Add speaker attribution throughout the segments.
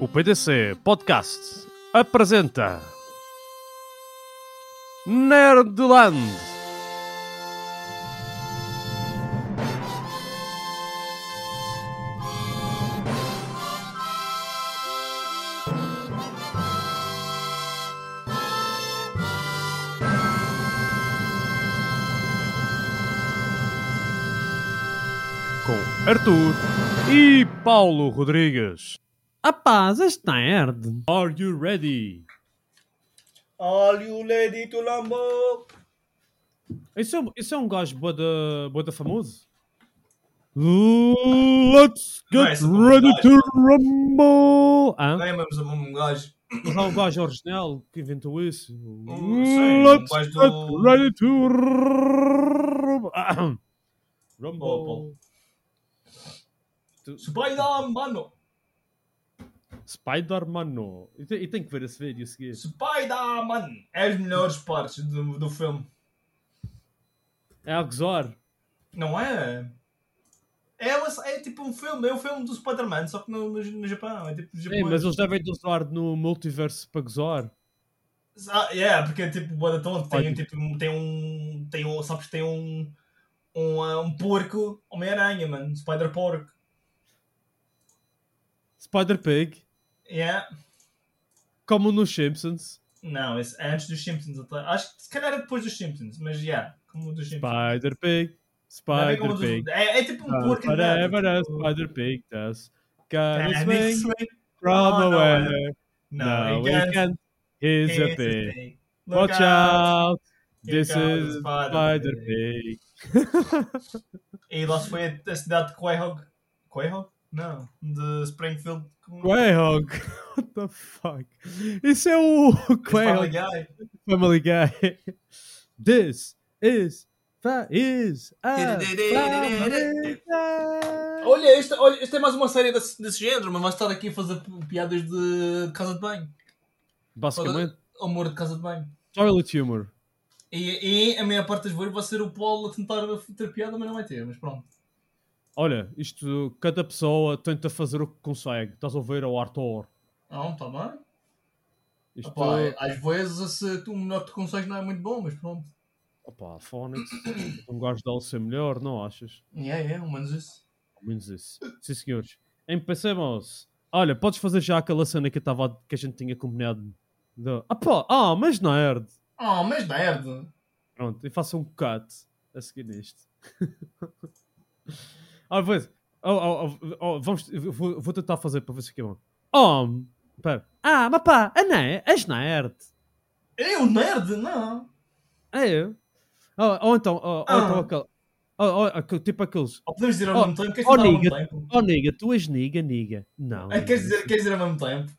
Speaker 1: O PDC Podcast apresenta Nerdland. Com Arthur e Paulo Rodrigues. Rapaz, este nerd. Are you ready?
Speaker 2: All you lady to Lambo.
Speaker 1: Isso é, isso é um gajo boa da, boa da famoso? Let's
Speaker 2: Não é
Speaker 1: get
Speaker 2: essa uma
Speaker 1: ready
Speaker 2: gaja.
Speaker 1: to rumble! Hã?
Speaker 2: Não é mesmo um gajo.
Speaker 1: Mas há um gajo original que inventou isso.
Speaker 2: sei, um
Speaker 1: Let's
Speaker 2: gajo
Speaker 1: get
Speaker 2: do-
Speaker 1: ready to rumble! Ahem.
Speaker 2: Oh, Paulo.
Speaker 1: Rumble.
Speaker 2: Spider mano.
Speaker 1: Spider-Man. no. E tem- e tem que ver esse vídeo a seguir.
Speaker 2: Spider-Man. É as melhores partes do, do filme.
Speaker 1: É a gozar.
Speaker 2: Não é? É, uma- é tipo um filme. É um filme do Spider-Man, só que no, no, no Japão. É tipo
Speaker 1: Sim,
Speaker 2: japonês.
Speaker 1: mas eles devem usar no multiverso para gozar.
Speaker 2: Ah, yeah, porque é tipo Boda Tonto. Tem,
Speaker 1: Ótimo.
Speaker 2: tipo, um- tem um. Tem um. Sabes, tem um. Um, ah, um porco Homem-Aranha, mano. Spider-Porco.
Speaker 1: Spider-Pig.
Speaker 2: Yeah.
Speaker 1: como nos Simpsons.
Speaker 2: Não, esse é antes dos Simpsons. até. Acho que se calhar é depois dos Simpsons, mas yeah. Como dos Simpsons.
Speaker 1: Spider-Pig,
Speaker 2: Não é bem como dos-
Speaker 1: Spider-Pig.
Speaker 2: É, é tipo um porco.
Speaker 1: Ah, Whatever
Speaker 2: né?
Speaker 1: a
Speaker 2: Tipo-
Speaker 1: Spider-Pig does.
Speaker 2: É,
Speaker 1: Can he
Speaker 2: nem
Speaker 1: swing
Speaker 2: swing.
Speaker 1: from
Speaker 2: Oh,
Speaker 1: the
Speaker 2: no,
Speaker 1: weather?
Speaker 2: Não, é
Speaker 1: No,
Speaker 2: he
Speaker 1: he
Speaker 2: can't.
Speaker 1: can't. He's
Speaker 2: It's
Speaker 1: a
Speaker 2: a
Speaker 1: pig.
Speaker 2: pig. Look
Speaker 1: Watch out!
Speaker 2: Here
Speaker 1: This
Speaker 2: comes
Speaker 1: is
Speaker 2: Spider-Pig.
Speaker 1: Spider-Pig.
Speaker 2: E lá se foi a- a cidade de Quahog. Quahog? Não. De Springfield. com-
Speaker 1: Quayhog. What the fuck? Isso é o
Speaker 2: com Family
Speaker 1: Quayhog
Speaker 2: Guy.
Speaker 1: Family Guy. This is... fa- Is a family guy.
Speaker 2: Olha, isto olha, isto é mais uma série desse, desse género, mas vai estar aqui a fazer pi- piadas de casa de banho.
Speaker 1: Basicamente,
Speaker 2: Humor de casa de banho.
Speaker 1: toilet humor.
Speaker 2: E, e a maior parte das vezes vai ser o Paulo a tentar ter piada, mas não vai ter, mas pronto.
Speaker 1: Olha, isto, cada pessoa tenta fazer o que consegue. Estás a ouvir ao Arthur?
Speaker 2: Não, está Ah, tá bem.
Speaker 1: Isto, é-
Speaker 2: Opa, Às vezes se tu, o melhor que tu consegues não é muito bom, mas pronto.
Speaker 1: opa, Phonics, um gajo dá o seu melhor, não achas?
Speaker 2: Yeah, yeah, é, ao menos isso.
Speaker 1: Ao menos isso. Sim, senhores. Empecemos. Olha, podes fazer já aquela cena que, eu tava, a- que a gente tinha combinado. De... Ah, pá, ah, mas nerd.
Speaker 2: Ah, mas nerd!
Speaker 1: Pronto, e faça um cut a seguir nisto. ah, pois. Oh, oh, oh, oh, vamos, eu vou, vou tentar fazer para ver se fica bom. Oh, pera. Ah, mas pá, a ne- as nerd.
Speaker 2: Eu, nerd? Não!
Speaker 1: É eu? Ou, ou então, ou,
Speaker 2: Ah.
Speaker 1: ou então aquele. Ou, ou, aquele- tipo aqueles.
Speaker 2: Ou podemos dizer ao
Speaker 1: Oh,
Speaker 2: mesmo tempo? Queres
Speaker 1: oh,
Speaker 2: falar ao mesmo
Speaker 1: nigga.
Speaker 2: tempo?
Speaker 1: Oh, nega, tu és niga, niga. Não.
Speaker 2: Ah,
Speaker 1: não.
Speaker 2: queres, dizer, queres dizer ao mesmo tempo?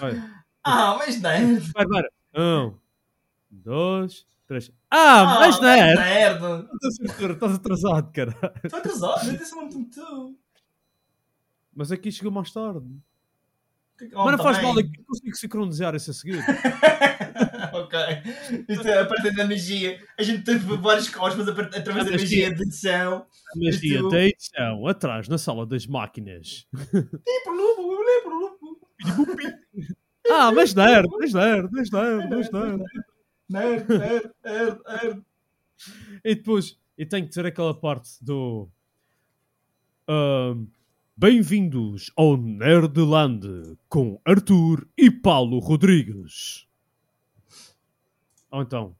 Speaker 1: Vai,
Speaker 2: Ah, mas nerd!
Speaker 1: vai, vai. Um, dois, três. Ah, mas não é?
Speaker 2: nerd!
Speaker 1: Estás atrasado, cara.
Speaker 2: Tu atrasado, nem disse ao mesmo tempo que tu!
Speaker 1: Mas aqui chegou mais tarde.
Speaker 2: Oh,
Speaker 1: Mas não faz
Speaker 2: tá
Speaker 1: mal,
Speaker 2: bem.
Speaker 1: eu consigo sincronizar esse a seguir.
Speaker 2: ok. Isto é a partir da magia. A gente teve vários cortes, mas a part- através da
Speaker 1: Ah, mas
Speaker 2: magia de edição.
Speaker 1: Mas dia
Speaker 2: tu-
Speaker 1: da edição, atrás, na sala das máquinas.
Speaker 2: Nem por lupo, nem por lupo!
Speaker 1: Ah, mas nerd, mas nerd, mas nerd, mas é. nerd.
Speaker 2: Nerd, nerd, nerd, nerd!
Speaker 1: E depois, e tenho que ter aquela parte do. ahm, Bem-vindos ao Nerdland com Arthur e Paulo Rodrigues. Ou então,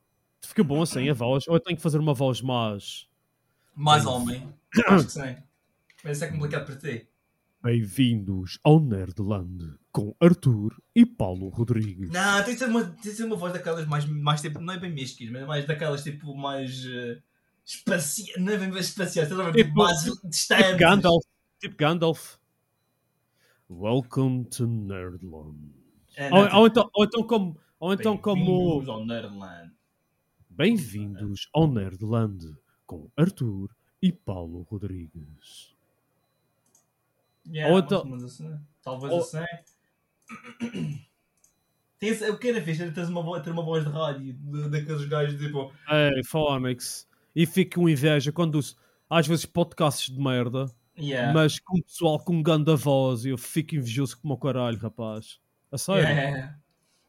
Speaker 1: fica bom assim a voz, ou eu tenho que fazer uma voz mais.
Speaker 2: Mais homem. Acho que sim. Mas isso é complicado para ti.
Speaker 1: Bem-vindos ao Nerdland com Arthur e Paulo Rodrigues. Tipo
Speaker 2: Não, tem de ser uma, tem de ser uma voz daquelas mais, mais tipo. Não é bem mesquinhas, mas é mais daquelas tipo mais. eh, espaciais. Não é bem espaciais, estás a ver? Tipo,
Speaker 1: Tipo-
Speaker 2: mais distantes.
Speaker 1: Tipo Gandalf. Tipo Gandalf. Welcome to Nerdland.
Speaker 2: É, não,
Speaker 1: Ou,
Speaker 2: tipo,
Speaker 1: ou então, ou então como. Ou então como.
Speaker 2: "Bem-vindos ao Nerdland.
Speaker 1: Bem-vindos ao Nerdland com Arthur e Paulo Rodrigues.
Speaker 2: Yeah,
Speaker 1: Ou
Speaker 2: Ou
Speaker 1: então-
Speaker 2: assim. Talvez
Speaker 1: Ou-
Speaker 2: assim. Tens, eu quero é ver se tens uma, vo- ter uma voz de rádio de- daqueles gajos tipo.
Speaker 1: É, Phonics. E fico com inveja quando os- às vezes podcasts de merda,
Speaker 2: Yeah.
Speaker 1: mas com pessoal com ganda voz e eu fico invejoso como o caralho, rapaz. A sério.
Speaker 2: Yeah.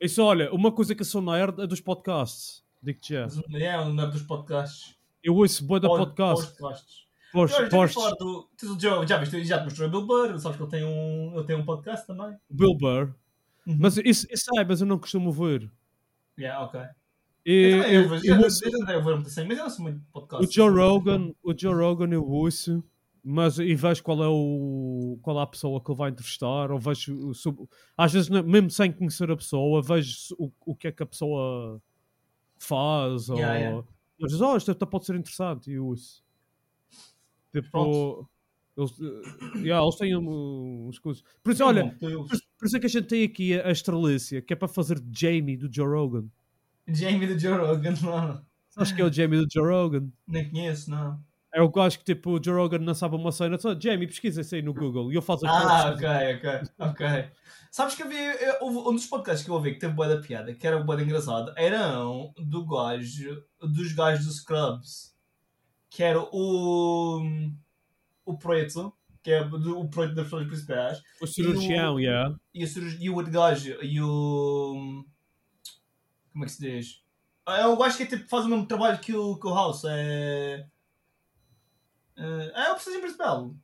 Speaker 1: Isso, olha, uma coisa que eu sou nerd é dos podcasts. Digo-te já.
Speaker 2: Mas, Yeah, o nome dos podcasts.
Speaker 1: Eu ouço boa da podcast.
Speaker 2: Podcasts.
Speaker 1: Porsche,
Speaker 2: Olha,
Speaker 1: Porsche,
Speaker 2: já, falar do, tens o Joe- já viste, já te mostrou o Bill Burr, sabes que ele tem um, ele tem um podcast também.
Speaker 1: Bill Burr.
Speaker 2: Uhum.
Speaker 1: Mas isso, isso é, mas eu não costumo ver.
Speaker 2: Yeah, ok.
Speaker 1: E,
Speaker 2: eu, também, eu, vejo-
Speaker 1: eu
Speaker 2: eu,
Speaker 1: ouço-
Speaker 2: eu tentei ouvir muito assim, mas eu não sou muito podcast.
Speaker 1: o Joe Rogan, o Joe Rogan eu ouço, mas e vejo qual é o qual é a pessoa que ele vai entrevistar, ou vejo o sub- às vezes não- mesmo sem conhecer a pessoa, vejo se- o, o que é que a pessoa faz, ou
Speaker 2: Yeah, yeah.
Speaker 1: às vezes, oh, isto até pode ser interessante, e eu ouço. Tipo,
Speaker 2: Pronto.
Speaker 1: eles, eh, yeah, eles têm um- uns coisas. Por isso,
Speaker 2: Não,
Speaker 1: olha,
Speaker 2: não, tu-
Speaker 1: por, por isso é que a gente tem aqui a, a Estrelícia, que é para fazer de Jamie do Joe Rogan.
Speaker 2: Jamie do Joe Rogan, não.
Speaker 1: Sabes que é o Jamie do Joe Rogan?
Speaker 2: Nem conheço, não.
Speaker 1: É o gajo que tipo, o Joe Rogan não sabe uma cena. Só, Jamie, pesquisa isso aí no Google e eu faço
Speaker 2: Ah, ok, ok, ok. Sabes que havia. eu- houve Um dos podcasts que eu ouvi que teve boa da piada, que era boa da engraçado, era um do gajo. dos gajos do Scrubs. Que era o. o Preto, que é do- o Preto das pessoas principais,
Speaker 1: O cirurgião,
Speaker 2: Eu-
Speaker 1: yeah.
Speaker 2: e o, cirurgi- e o outro gajo, e o. como é que se diz? É o gajo que é, tipo, faz o mesmo trabalho que o, que o House, é. é é o personagem principal.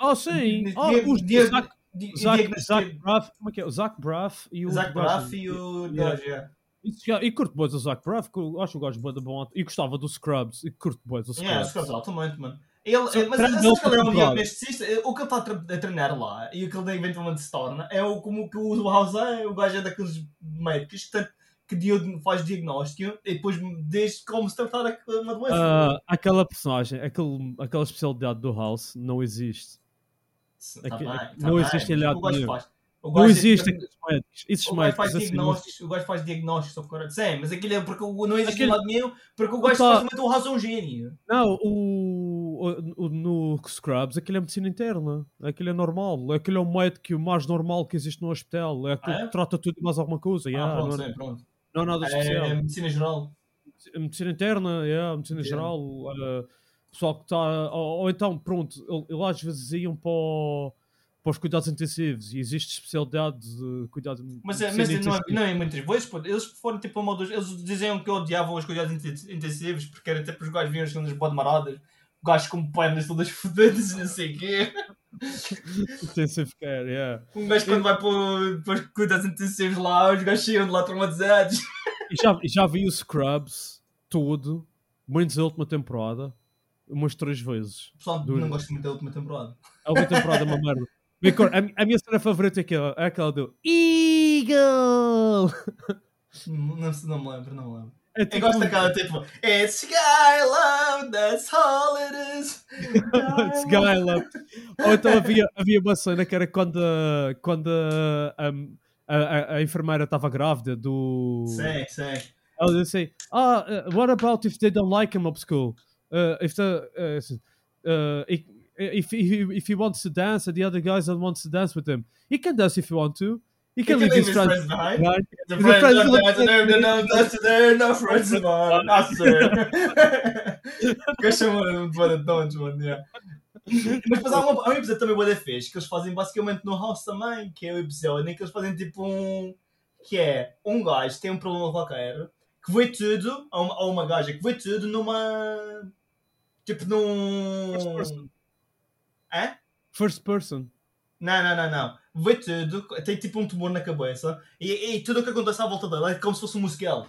Speaker 1: Oh, sim.
Speaker 2: Di-
Speaker 1: Oh,
Speaker 2: di-
Speaker 1: os,
Speaker 2: di-
Speaker 1: o Zac,
Speaker 2: di-
Speaker 1: o Zac,
Speaker 2: diagnosti-
Speaker 1: Zac Braff. Como é que é? O Zac Braff e o.
Speaker 2: Zac
Speaker 1: gajo-
Speaker 2: Braff e o
Speaker 1: Yeah.
Speaker 2: gajo, é.
Speaker 1: Isso, yeah, E curto boas o Zac Braff, que eu acho o gajo bué da bom. ator. E gostava do Scrubs. E curto boas o
Speaker 2: Yeah, é
Speaker 1: Scrubs.
Speaker 2: os caras altamente, mano. Ele,
Speaker 1: Só
Speaker 2: é, mas
Speaker 1: traz
Speaker 2: sabes
Speaker 1: ele
Speaker 2: que ele é
Speaker 1: para
Speaker 2: um
Speaker 1: o lado.
Speaker 2: diagnosticista? É, O que ele está a tre- a treinar lá e o que ele eventualmente se torna é o, como que o do House é, o gajo é daqueles médicos que, tanto- que dio- faz diagnóstico e depois diz como se tratar a- uma doença.
Speaker 1: Ah, aquela personagem, aquele, aquela especialidade do House não existe.
Speaker 2: Se-
Speaker 1: é
Speaker 2: tá
Speaker 1: que-
Speaker 2: bem,
Speaker 1: é
Speaker 2: tá
Speaker 1: que não
Speaker 2: bem,
Speaker 1: existe
Speaker 2: mas
Speaker 1: olhar
Speaker 2: o gajo
Speaker 1: nenhum.
Speaker 2: faz. O
Speaker 1: Não
Speaker 2: gajo é-
Speaker 1: existe aqueles médicos. Esses
Speaker 2: O gajo faz
Speaker 1: médicos assim. não-
Speaker 2: diagnósticos, o gajo faz diagnósticos ao caralho. Sim, mas aquilo é porque o- não existe aquele...
Speaker 1: Aquele-
Speaker 2: lado nenhum, porque o gajo
Speaker 1: Opa.
Speaker 2: supostamente o House é um gênio.
Speaker 1: Não, o, o- o- no Scrubs aquilo é medicina interna, aquilo é normal, aquilo é o médico mais normal que existe no hospital, é aquilo
Speaker 2: Ah, é?
Speaker 1: que trata tudo e mais alguma coisa, yeah,
Speaker 2: ah, pronto,
Speaker 1: não,
Speaker 2: sim, pronto.
Speaker 1: não há nada especial.
Speaker 2: É, é medicina geral.
Speaker 1: Medicina interna, yeah, medicina
Speaker 2: Entendo.
Speaker 1: geral, olha, pessoal que está. Ou, ou então, pronto, ele- ele às vezes iam para, o- para os cuidados intensivos e existe especialidade de cuidados
Speaker 2: Mas,
Speaker 1: de
Speaker 2: é- mas
Speaker 1: medicina
Speaker 2: não, é,
Speaker 1: intensiva.
Speaker 2: não é muitas vezes, pô. eles foram tipo uma ou duas. Eles diziam que odiavam os cuidados inten- intensivos porque era tipo os gajos vinham as cenas bodemaradas, gajos com pernas todas fodidas e não sei o quê. é-
Speaker 1: Intensive care, yeah.
Speaker 2: Um gajo quando vai para, o- para os cuidados intensivos lá, os gajos cheiam de lá traumatizados.
Speaker 1: E já, e já vi o Scrubs todo, menos a última temporada, umas três vezes.
Speaker 2: O pessoal
Speaker 1: Duro.
Speaker 2: não gosta muito da última temporada.
Speaker 1: A última temporada é uma merda. Bem, cor- A, mi- a minha cena favorita é aquela, é aquela do Eagle!
Speaker 2: Não, não, se- não me lembro, não me lembro.
Speaker 1: É
Speaker 2: Eu
Speaker 1: tipo-
Speaker 2: gosto daquela tipo It's Skyland, that's all it is.
Speaker 1: It's Guy Love. Ou então havia, havia uma cena que era quando, a- quando a, a, a- a enfermeira estava grávida do.
Speaker 2: Sim, sim.
Speaker 1: Ela disse assim, ah, uh, what about if they don't like him up school? Uh, if the, uh, assim, uh, if, if, he, if he wants to dance and the other guys don't want to dance with him, he can dance if you want to. He can, leave his friends
Speaker 2: behind.
Speaker 1: behind.
Speaker 2: The
Speaker 1: The
Speaker 2: friends
Speaker 1: friends
Speaker 2: are
Speaker 1: look
Speaker 2: there,
Speaker 1: like-
Speaker 2: there, there, no, that's there, no friends of mine, that's there. Que eu chamo de Bada Dodge, mano, yeah. Mas depois há, uma, há um episódio também Bada Fez que eles fazem basicamente no House também, que é o episódio em que eles fazem tipo um. que é um gajo tem um problema qualquer que vê tudo, ou uma, ou uma gaja que vê tudo numa. tipo
Speaker 1: First
Speaker 2: num.
Speaker 1: person.
Speaker 2: Hã?
Speaker 1: First person.
Speaker 2: Não, não, não, não. Vê tudo, tem tipo um tumor na cabeça e, e tudo o que acontece à volta dela é como se fosse um musical.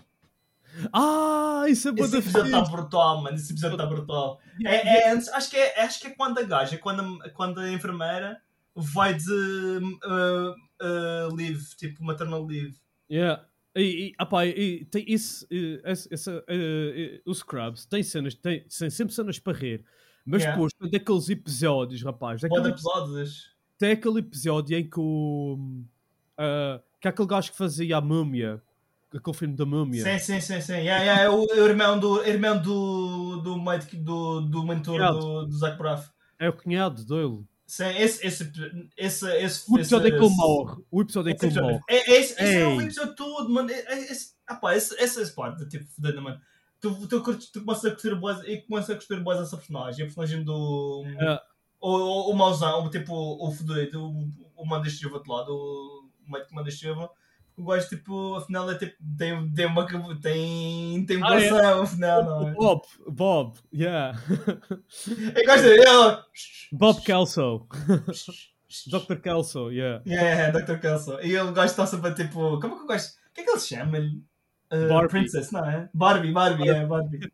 Speaker 1: Ah, isso é bué
Speaker 2: Esse
Speaker 1: da
Speaker 2: episódio está
Speaker 1: fixe.
Speaker 2: brutal, mano. Esse episódio está brutal. É, é antes- acho, que é, acho que é quando a gaja, quando a, quando a enfermeira vai de uh, uh, leave, tipo maternal leave.
Speaker 1: Yeah. E, e, apá, e, tem isso, e, esse, esse, eh, eh, o Scrubs tem cenas, tem, tem sempre cenas para rir, mas
Speaker 2: Yeah.
Speaker 1: depois tem daqueles episódios, rapaz,
Speaker 2: Pode
Speaker 1: daquele,
Speaker 2: episódios.
Speaker 1: tem aquele episódio em que o ah, que aquele gajo que fazia a múmia, aquele filme da múmia,
Speaker 2: Sim, sim, sim, sim. Yeah, yeah, é o é o irmão do, irmão do, do, mate- do, do mentor
Speaker 1: Obrigado.
Speaker 2: do, do Zach Braff.
Speaker 1: é o cunhado dele.
Speaker 2: Sim, esse, esse, esse, esse,
Speaker 1: O episódio é
Speaker 2: esse-
Speaker 1: em que ele morre, o episódio em que
Speaker 2: Esse
Speaker 1: ele morre.
Speaker 2: episódio- É, é, esse, esse é o
Speaker 1: Ei.
Speaker 2: episódio todo, mano. É, é, esse, ah, pá, esse, essa é a parte do tipo fudendo, mano. Tu, tu, curtes- tu começas a curtir boas e começas a curtir boas essa personagem. A personagem do.
Speaker 1: É.
Speaker 2: O, o, o mauzão, o tipo, o fudido, o, o manda chuva de lado, o, o mate que manda chuva. O gajo, tipo, afinal é tipo. Tem, tem uma. que- Tem. Tem
Speaker 1: Ah, é.
Speaker 2: coração, afinal, não é?
Speaker 1: Bob, Bob, yeah.
Speaker 2: Eu gosto dele. ela-
Speaker 1: Bob Kelso, Dr. Kelso, yeah.
Speaker 2: Yeah, Dr. Kelso. E ele gosta de estar sempre tipo. Como é que eu gosto? O que é que ele chama-lhe? Uh,
Speaker 1: Barbie.
Speaker 2: Princess, não é? Barbie, Barbie, é, Barbie.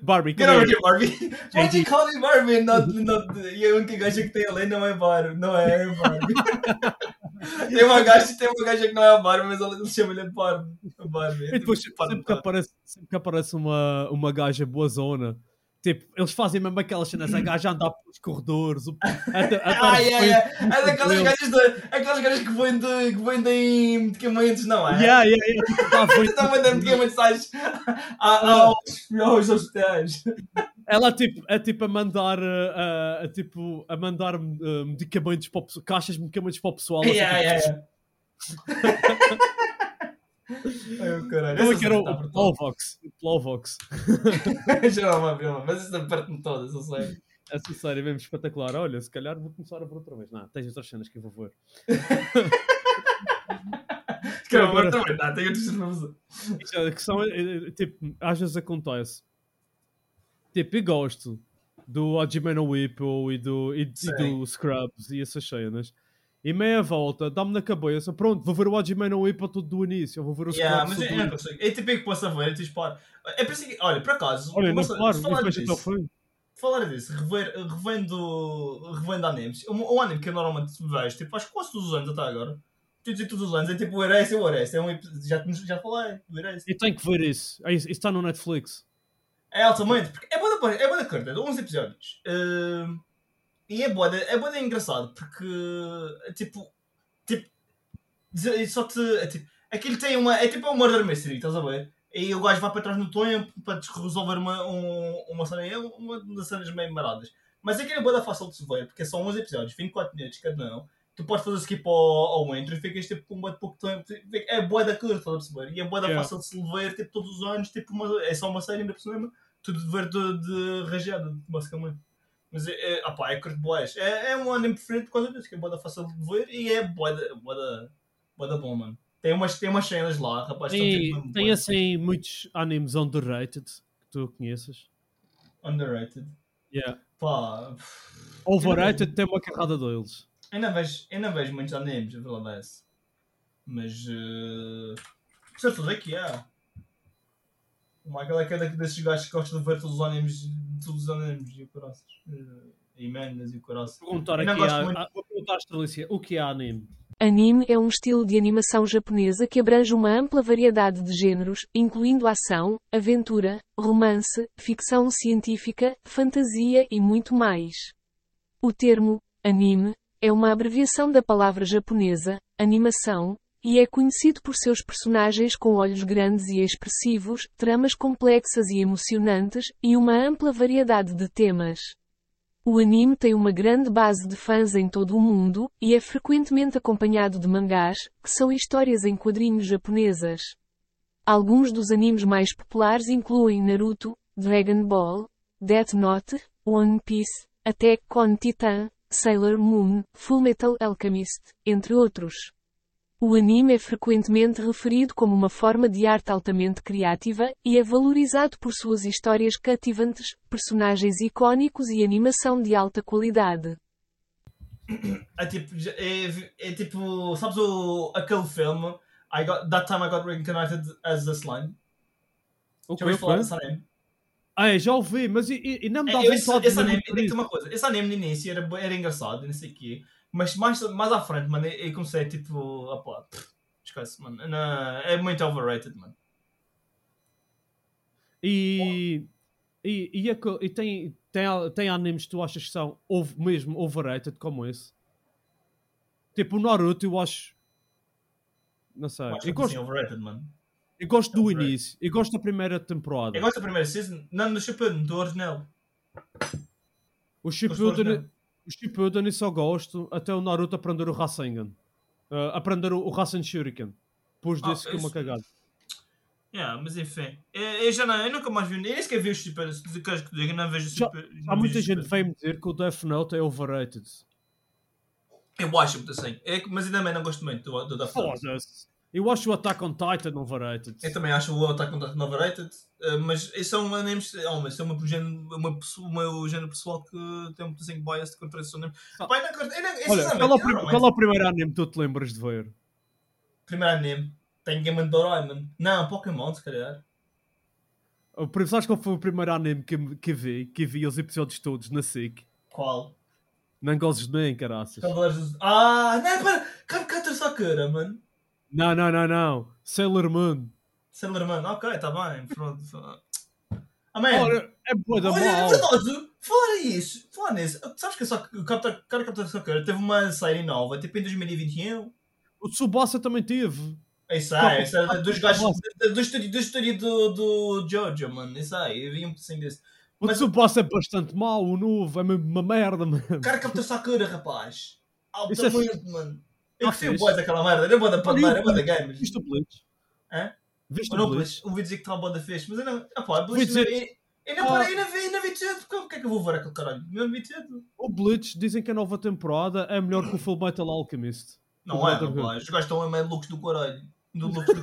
Speaker 1: Barbie,
Speaker 2: Get
Speaker 1: come
Speaker 2: over
Speaker 1: here.
Speaker 2: here, Barbie. Why do you call me Barbie? and Not, not, e a única gaja que tem ali não é Barbie. Não é, é Barbie. tem, uma gaja, tem uma gaja que não é a Barbie, mas ela ele chama-lhe Barbie. Barbie.
Speaker 1: E depois,
Speaker 2: Tipo, Barbie,
Speaker 1: sempre que aparece, sempre que aparece uma, uma gaja boa zona, tipo, eles fazem mesmo aquelas cenas, a gaja anda pelos corredores, o- até- até
Speaker 2: Ah,
Speaker 1: os
Speaker 2: yeah,
Speaker 1: peitos.
Speaker 2: yeah. É daquelas gajas, de, aquelas gajas que vendem, que vendem medicamentos, não é?
Speaker 1: Yeah, yeah, yeah, tipo, dá a
Speaker 2: Você tá vendendo
Speaker 1: volta.
Speaker 2: medicamentos às, a- aos, aos hospitais.
Speaker 1: Ela tipo, é tipo a mandar ah, ah, a, tipo, a mandar ah, medicamentos para o pessoal, caixas de medicamentos para o pessoal. assim,
Speaker 2: Yeah,
Speaker 1: tipo,
Speaker 2: yeah, yeah. Ai, o caralho.
Speaker 1: Como é
Speaker 2: essa
Speaker 1: que era
Speaker 2: tá
Speaker 1: o
Speaker 2: brutal.
Speaker 1: Plovox? O Plovox.
Speaker 2: Já não lembro, já não lembro, mas isso aperta-me todas, eu sei.
Speaker 1: Essa série é mesmo espetacular. Olha, se calhar vou começar a ver outra vez. Não, tens outras cenas que eu vou ver.
Speaker 2: Cara,
Speaker 1: Agora-
Speaker 2: agora também
Speaker 1: tá,
Speaker 2: dá, tenho outros filmes.
Speaker 1: Isso é, que são, é, é, tipo, às vezes acontece. Tipo, eu gosto do Ojimeno Whipple e do, e, e
Speaker 2: Sim.
Speaker 1: do Scrubs e essas cenas. E meia volta, dá-me na cabeça, pronto, vou ver o Ojimeno Whipple tudo do início, eu vou ver o
Speaker 2: Yeah,
Speaker 1: Scrubs
Speaker 2: mas eu,
Speaker 1: tudo
Speaker 2: eu
Speaker 1: do
Speaker 2: não
Speaker 1: início.
Speaker 2: consigo. É tipo aí que posso ver, eu te espero. É por isso que, olha, por acaso,
Speaker 1: Olha, não
Speaker 2: mas,
Speaker 1: claro,
Speaker 2: se
Speaker 1: e
Speaker 2: falar
Speaker 1: depois até
Speaker 2: disso,
Speaker 1: ao fim.
Speaker 2: falar disso, rever, revendo, revendo animes, um, um anime que eu normalmente vejo, tipo, acho que quase todos os anos até agora, todos e todos os anos, é tipo o Erase e o Erase, é um episódio, já, te- já falei, o Erase.
Speaker 1: Eu tenho que ver isso. É Isso isso está no Netflix.
Speaker 2: É altamente, porque é boa da, é boa da curta, de 11 episódios. Ahm, e é boa, da- é boa da engraçado, porque é tipo. Tipo. dizer- Só te. É tipo, aquilo tem uma. É tipo um murder mystery, estás a ver? E o gajo vai para trás no tempo para des- resolver uma, um, uma cena. É uma das cenas meio maradas. Mas aquilo é boa da fácil de se ver, porque são 11 episódios, 24 minutos cada um. Tu podes fazer skip ao, ao intro e ficas tipo com um bué de pouco tempo. Tipo, É boa da curta, estás a perceber? E é boa da
Speaker 1: Yeah.
Speaker 2: fácil de se ver, tipo, todos os anos. Tipo, uma- é só uma série ainda por cima tudo de verde de rajada, basicamente. Mas é, é, opá, é curto boas. É, é um anime preferido por causa disso, que é boda fácil de ver e é boda, boda, boda bom, mano. Tem umas, tem umas cenas lá, rapaz, estão
Speaker 1: E
Speaker 2: tipo mesmo
Speaker 1: tem
Speaker 2: bué
Speaker 1: assim muitos animes underrated que tu conheças.
Speaker 2: underrated.
Speaker 1: Yeah.
Speaker 2: Pá,
Speaker 1: Overrated tem uma carrada deles.
Speaker 2: eu não vejo, eu não vejo muitos animes, a verdade é essa. Mas, eh, certo, é que é. O Michael é que é daqui desses gajos que gostam de ver todos os animes, todos os animes e o coraças. E mangas e o coraças.
Speaker 1: Perguntar
Speaker 2: Eu não
Speaker 1: aqui
Speaker 2: gosto
Speaker 1: à-
Speaker 2: muito.
Speaker 1: à- vou perguntar à Estrelícia o que é anime.
Speaker 3: Anime é um estilo de animação japonesa que abrange uma ampla variedade de géneros, incluindo ação, aventura, romance, ficção científica, fantasia e muito mais. O termo anime é uma abreviação da palavra japonesa animação e é conhecido por seus personagens com olhos grandes e expressivos, tramas complexas e emocionantes e uma ampla variedade de temas. O anime tem uma grande base de fãs em todo o mundo, e é frequentemente acompanhado de mangás, que são histórias em quadrinhos japonesas. Alguns dos animes mais populares incluem Naruto, Dragon Ball, Death Note, One Piece, Attack on Titan, Sailor Moon, Fullmetal Alchemist, entre outros. O anime é frequentemente referido como uma forma de arte altamente criativa e é valorizado por suas histórias cativantes, personagens icônicos e animação de alta qualidade.
Speaker 2: É tipo, já- é, é tipo sabes o, aquele filme I got, That Time I Got Reincarnated as a Slime? Já
Speaker 1: Ok,
Speaker 2: ouvi falar
Speaker 1: ok.
Speaker 2: desse anime?
Speaker 1: Ah, é, já ouvi, mas e, e- e não me
Speaker 2: É,
Speaker 1: dá
Speaker 2: eu- Esse,
Speaker 1: vontade
Speaker 2: esse
Speaker 1: de
Speaker 2: anime,
Speaker 1: ver
Speaker 2: digo-te
Speaker 1: isso.
Speaker 2: uma coisa, esse anime no início era, bué- era engraçado, não sei o quê, mas mais, mais à frente, mano, eu, eu comecei tipo, ah pá, pff, esquece, mano, Não, é muito overrated, mano.
Speaker 1: E, e, e, é que- e tem, tem, tem animes que tu achas que são ov- mesmo overrated como esse? Tipo o Naruto, eu acho. Não sei.
Speaker 2: Eu acho
Speaker 1: É, Eu
Speaker 2: que assim,
Speaker 1: gosto,
Speaker 2: overrated, mano.
Speaker 1: eu gosto do
Speaker 2: overrated.
Speaker 1: início. Eu gosto da primeira temporada.
Speaker 2: Eu gosto da primeira season, não, do Shippuden, do original.
Speaker 1: O
Speaker 2: Gosto do
Speaker 1: Shippuden,
Speaker 2: original.
Speaker 1: o Shippuden eu só gosto até o Naruto aprender o Rasengan. Ah, aprender o, o Rasen Shuriken. Pôs
Speaker 2: Ah,
Speaker 1: desse que uma
Speaker 2: isso-
Speaker 1: cagada.
Speaker 2: Yeah, mas enfim, eu, eu já não, eu nunca mais vi, eu nem sequer vi os Shippuden, se tu queres que eu diga, eu não vejo os
Speaker 1: Já-
Speaker 2: Shippuden.
Speaker 1: Há muita gente que vem me dizer que o Death Note é overrated.
Speaker 2: Eu acho muito assim, é, que- mas eu também não gosto muito do, do Death Note.
Speaker 1: Foda-se. Eu acho o Attack on Titan overrated.
Speaker 2: Eu também acho o Attack on Titan overrated, eh, mas isso são animes. Oh, mas isso é uma, género- uma, pessoa- uma género pessoal que tem um bocadinho biased contra esses animes.
Speaker 1: Ah.
Speaker 2: Pai, não gosto. eu não- esses
Speaker 1: Olha,
Speaker 2: animes,
Speaker 1: qual é, o
Speaker 2: eu
Speaker 1: prim-
Speaker 2: não
Speaker 1: qual é
Speaker 2: gosto.
Speaker 1: o primeiro anime que tu te lembras de ver?
Speaker 2: Primeiro anime. Tem Game of Doraemon. Não, Pokémon, se calhar.
Speaker 1: O prim- Sabes qual foi o primeiro anime que, me- que vi? Que vi os episódios todos na SIC.
Speaker 2: Qual?
Speaker 1: Não gozes nem, caraças.
Speaker 2: Cavaleiros dos. Ah, não, pera! Kamikaze Sakura, mano.
Speaker 1: Não, não, não, não. Sailor Moon.
Speaker 2: Sailor Moon, ok, tá bem. Pronto. Ah, man.
Speaker 1: Olha, é boa da
Speaker 2: Olha, é
Speaker 1: mal.
Speaker 2: verdade, falar isso, falar nisso. Sabes que só que o Capitão o cara Capitão Sakura teve uma série nova, tipo em 2021.
Speaker 1: O Tsubasa também teve.
Speaker 2: É Isso aí, isso aí, dos gajos
Speaker 1: Nossa.
Speaker 2: do estúdio, do estúdio do, do Jojo, mano. Isso aí, eu vi um pedacinho desse.
Speaker 1: O
Speaker 2: Mas-
Speaker 1: Tsubasa é bastante mau, o novo. É mesmo uma merda, mano.
Speaker 2: Cara captou Sakura, rapaz.
Speaker 1: é Isso é
Speaker 2: Altamente, mano. Eu
Speaker 1: Ah,
Speaker 2: gostei
Speaker 1: fixe.
Speaker 2: boa daquela merda, eu vou da pandeira, eu vou da
Speaker 1: Olha,
Speaker 2: games.
Speaker 1: Viste o Bleach?
Speaker 2: Hã?
Speaker 1: Viste
Speaker 2: Eu
Speaker 1: o
Speaker 2: não
Speaker 1: Bleach?
Speaker 2: ouvi dizer que estava boa da fixe, mas eu não. Ah, pá,
Speaker 1: Ouvi
Speaker 2: Bleach, eu,
Speaker 1: dizer-
Speaker 2: eu, eu não
Speaker 1: Ah.
Speaker 2: parei, eu não vi, eu não vi tudo. Como que é que eu vou ver aquele caralho? Eu não vi tudo.
Speaker 1: O Bleach dizem que a nova temporada é melhor que o Full Metal Alchemist.
Speaker 2: Não
Speaker 1: O
Speaker 2: é,
Speaker 1: Brotherhood.
Speaker 2: rapaz. Os gajos estão a meio loucos do caralho. Do loucos da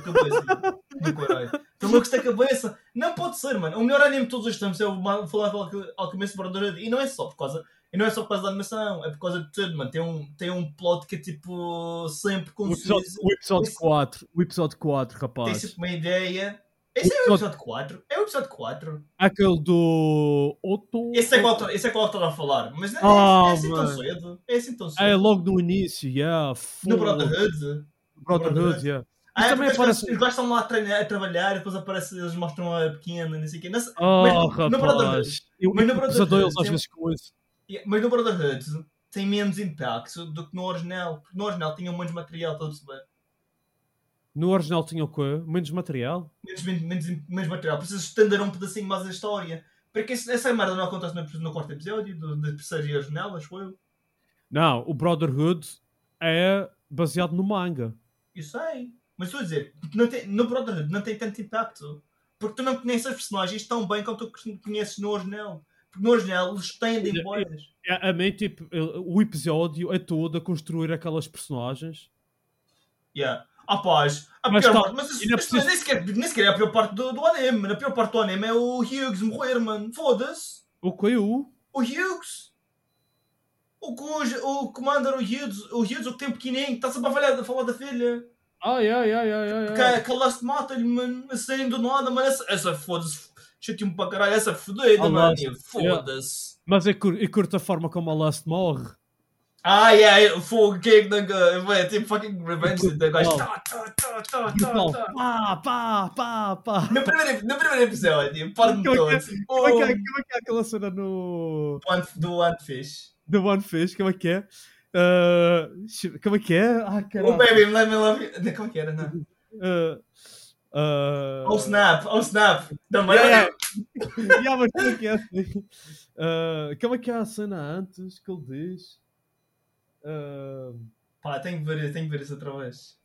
Speaker 2: cabeça. do caralho. Estão loucos da cabeça. Não pode ser, mano. O melhor anime de todos os tempos é o Ma- falar de Alchemist Brotherhood. E não é só por causa. E não é só por causa da animação, é por causa de tudo, mano. Tem um, tem um plot que é tipo sempre
Speaker 1: O Um episódio,
Speaker 2: conciso.
Speaker 1: o episódio
Speaker 2: Esse-
Speaker 1: 4. O episódio 4,
Speaker 2: Tem
Speaker 1: rapaz.
Speaker 2: sempre uma ideia. Esse é o
Speaker 1: episódio-
Speaker 2: episódio 4. É o episódio 4.
Speaker 1: Aquele do. Otto.
Speaker 2: Esse é qual eu tô- esse é qual eu estava a falar. Mas não é,
Speaker 1: Ah,
Speaker 2: é assim tão
Speaker 1: mano.
Speaker 2: cedo. É assim tão cedo.
Speaker 1: É logo no início, yeah.
Speaker 2: No
Speaker 1: foda.
Speaker 2: Brotherhood.
Speaker 1: Brotherhood, yeah.
Speaker 2: Ah,
Speaker 1: Isso
Speaker 2: é
Speaker 1: também
Speaker 2: porque
Speaker 1: aparece-
Speaker 2: aparece... eles gostam lá a, treinar, a trabalhar e depois aparece, eles mostram a pequena, não sei o quê. Nessa-
Speaker 1: Oh,
Speaker 2: no Brotherhood-
Speaker 1: rapaz. Eu
Speaker 2: mas no
Speaker 1: eu
Speaker 2: Brotherhood
Speaker 1: pesadelo às
Speaker 2: tem- um
Speaker 1: vezes com isso.
Speaker 2: Yeah, Mas no Brotherhood tem menos impacto do que no original, porque no original tinha menos material, estás a perceber?
Speaker 1: No original tinha o quê? Menos material?
Speaker 2: Menos, menos, menos, menos material, precisas estender um pedacinho mais a história. Porque esse- essa merda não acontece no, no quarto episódio, do- da terceira original, acho eu.
Speaker 1: Não, o Brotherhood é baseado no manga.
Speaker 2: Eu sei. Mas estou a dizer, não tem, no Brotherhood não tem tanto impacto. Porque tu não conheces as personagens tão bem quanto tu conheces no original. Porque no original eles estendem boias.
Speaker 1: É, a mim, tipo, ele- o episódio é todo a construir aquelas personagens.
Speaker 2: Yeah. Rapaz, a
Speaker 1: Mas
Speaker 2: pior
Speaker 1: tá-
Speaker 2: parte, mas isso,
Speaker 1: ainda
Speaker 2: isso
Speaker 1: preciso-
Speaker 2: nem, sequer, nem sequer é a pior parte do, do anime, mano. A pior parte do anime é o Hughes morrer, mano. Foda-se.
Speaker 1: O que eu?
Speaker 2: O Hughes. O cujo, o Commander, o Hughes, o Hughes, o que tem pequenininho, está sempre a falar, a falar da filha.
Speaker 1: Ai, ai, ai, ai, ai. ai.
Speaker 2: Que, que ela se mata-lhe, mano, assim do nada, mano. Essa, essa foda-se, chutei-me para caralho, essa é fodida,
Speaker 1: Ah,
Speaker 2: mano.
Speaker 1: last,
Speaker 2: Foda-se.
Speaker 1: Mas eu, cur- eu curto a forma como a Last morre.
Speaker 2: Ah, yeah, fogo, quem é que não. go- É tipo fucking revenge, da gajo. Tá, tá, tá, tá, tá,
Speaker 1: Brutal.
Speaker 2: tá.
Speaker 1: Pá, pá, pá, pá.
Speaker 2: No primeiro, no primeiro episódio, parte-me
Speaker 1: Como
Speaker 2: todo.
Speaker 1: é que é, como é que é- como é que é aquela cena no.
Speaker 2: do One Fish.
Speaker 1: The One Fish, como é que é? Ah, como é que é? Ah,
Speaker 2: O
Speaker 1: caralho.
Speaker 2: Baby Let Me Love You. Como é que era, não?
Speaker 1: Ah, ah,
Speaker 2: Oh Snap, oh Snap. Não, mas.
Speaker 1: yeah, yeah. Yeah, mas como é que é assim? Ah, como é que é a cena antes que ele diz? Ah,
Speaker 2: Pá, tenho que ver, tenho que ver isso outra vez.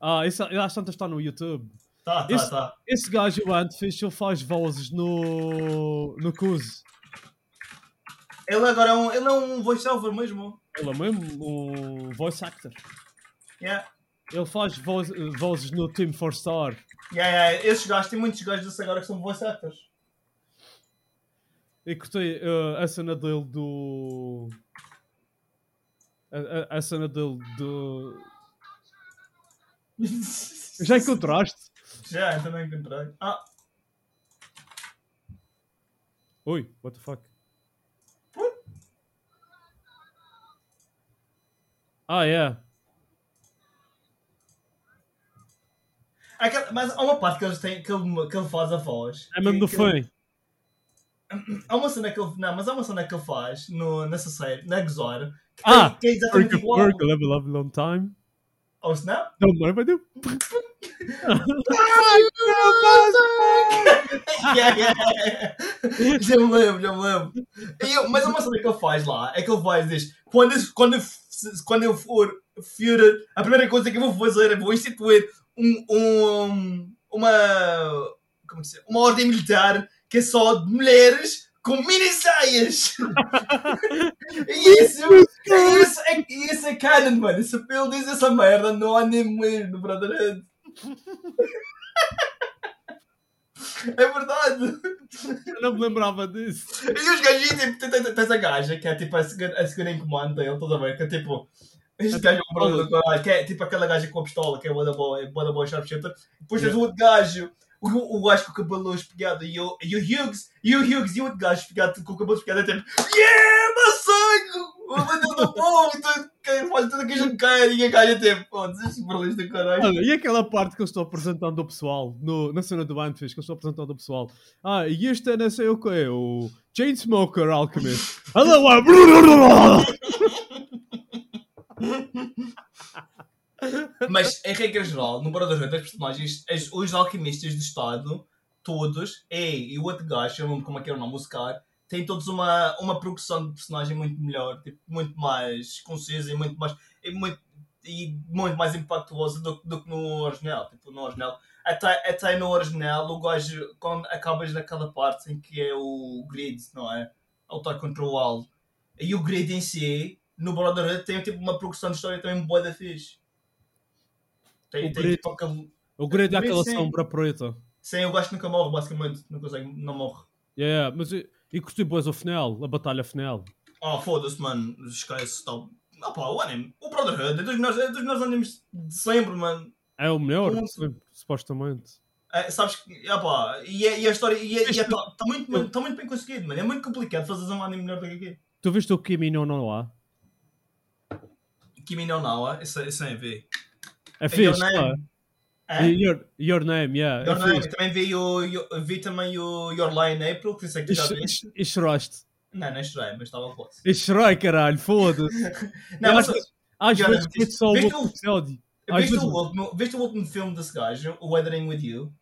Speaker 1: ah, isso às tantas está no YouTube.
Speaker 2: Tá, tá,
Speaker 1: Isso-
Speaker 2: tá.
Speaker 1: Esse gajo, o Antfish, ele faz vozes no. no Cuse.
Speaker 2: Ele agora é um, ele é um voiceover mesmo.
Speaker 1: Ele é mesmo o voice actor.
Speaker 2: Yeah.
Speaker 1: Ele faz voz- vozes no Team 4 Star.
Speaker 2: Yeah, yeah. Esses gajos, tem muitos gajos desse agora que são voice actors.
Speaker 1: Eu curtei eh, a cena dele do. A, a- a cena dele do. Já encontraste?
Speaker 2: Já, eu também encontrei. Ah,
Speaker 1: Oi, what the fuck? Ah, é.
Speaker 2: Aquela- mas há uma parte que, eles têm, que, ele, que ele faz a voz.
Speaker 1: É mesmo do
Speaker 2: que, que ele-
Speaker 1: fã.
Speaker 2: Há uma cena que ele. Não, mas há uma cena que ele faz no, nessa série, na Exor. Que
Speaker 1: Ah,
Speaker 2: tem- que é
Speaker 1: Work
Speaker 2: exatamente
Speaker 1: of
Speaker 2: igual
Speaker 1: work, level up, long time.
Speaker 2: ao Snap.
Speaker 1: Don't worry, my dude.
Speaker 2: Yeah, yeah, yeah. é, já me lembro, já me lembro. E eu- mas há uma cena que ele faz lá é que ele vai e diz: quando, isso- quando, eu f- quando eu for Führer, a primeira coisa que eu vou fazer é vou instituir um, um, uma. Como é dizer? Uma ordem militar que é só de mulheres com mini saias. E isso, e isso, é, e isso é canon, mano. Se ele diz essa merda, não há nem meio no Brotherhood. É verdade.
Speaker 1: Eu não me lembrava disso.
Speaker 2: E os gajos, tipo, tem- tem- tens a gaja, que é tipo a segunda, a segunda em comando dele, toda bem, que é tipo. Este gajo é um brother do caralho, que é tipo aquela gaja com a pistola, que é o Bada Boy, Bada Boy Sharpshooter. Depois tens o outro gajo, o, o gajo com o cabelo espelhado, e o, e o Hughes, e o Hughes e o outro gajo espelhado, com o cabelo espelhado, é tipo, yeah, maçango! O Bada do bom, tudo, que faz tudo o que a gente quer, e a gaja é tipo, pô, estes brolhos do caralho.
Speaker 1: Olha, e aquela parte que eu estou apresentando ao pessoal, no, na cena do Anfish, que eu estou apresentando ao pessoal. Ah, e este é não sei o quê, o Chainsmoker Alchemist. Hello, I'm...
Speaker 2: Mas, em regra geral, no Brotherhood, as personagens, as- os alquimistas do Estado, todos, ei, e o outro gajo, eu não lembro como é que era o nome, o Scar, têm todos uma, uma progressão de personagem muito melhor, tipo, muito mais concisa e muito mais, e muito, e muito mais impactuosa do, do que no original. Tipo, no original. Até, até no original, o gajo, quando acabas naquela parte em que é o grid, não é? A lutar contra o Al. E o grid em si, no Brotherhood, tem tipo uma progressão de história também boa da fixe. Tem,
Speaker 1: O
Speaker 2: tem
Speaker 1: Grid.
Speaker 2: tipo aquele-
Speaker 1: O grande é aquela
Speaker 2: Sim.
Speaker 1: sombra preta.
Speaker 2: Sim, eu gosto que nunca morre, basicamente. Não consegue, não morre.
Speaker 1: Yeah, mas e, e curti boas o final, a batalha final.
Speaker 2: Oh, foda-se, mano. Esquece, tal. Ah pá, o anime. O Brotherhood é dos melhores, é dos melhores animes de sempre, mano.
Speaker 1: É o melhor,
Speaker 2: Ponto.
Speaker 1: sim, supostamente.
Speaker 2: É, sabes que. Ah pá, e, é- e a história. E está tá muito, bem- tá muito bem conseguido, mano. É muito complicado fazeres um anime melhor do que aqui.
Speaker 1: Tu viste o Kimi no Noa?
Speaker 2: Kimi no Nawa, isso isso é ver.
Speaker 1: É fixe,
Speaker 2: Your
Speaker 1: pá.
Speaker 2: Name. É?
Speaker 1: E Your, your Name, yeah.
Speaker 2: Your
Speaker 1: é
Speaker 2: Name.
Speaker 1: fixe.
Speaker 2: Também vi, o, eu- vi também o Your Lie in April, que sei que tu já
Speaker 1: E
Speaker 2: viste.
Speaker 1: ch- E choraste.
Speaker 2: Não, não chorei, mas estava quase.
Speaker 1: E chorei, caralho, foda-se.
Speaker 2: Não,
Speaker 1: Eu
Speaker 2: mas,
Speaker 1: acho que- Ah, Às
Speaker 2: Your
Speaker 1: vezes
Speaker 2: Name.
Speaker 1: curto só o
Speaker 2: Viste o-
Speaker 1: episódio. Às
Speaker 2: viste,
Speaker 1: vezes-
Speaker 2: o último, viste o último filme desse gajo, o Weathering With You?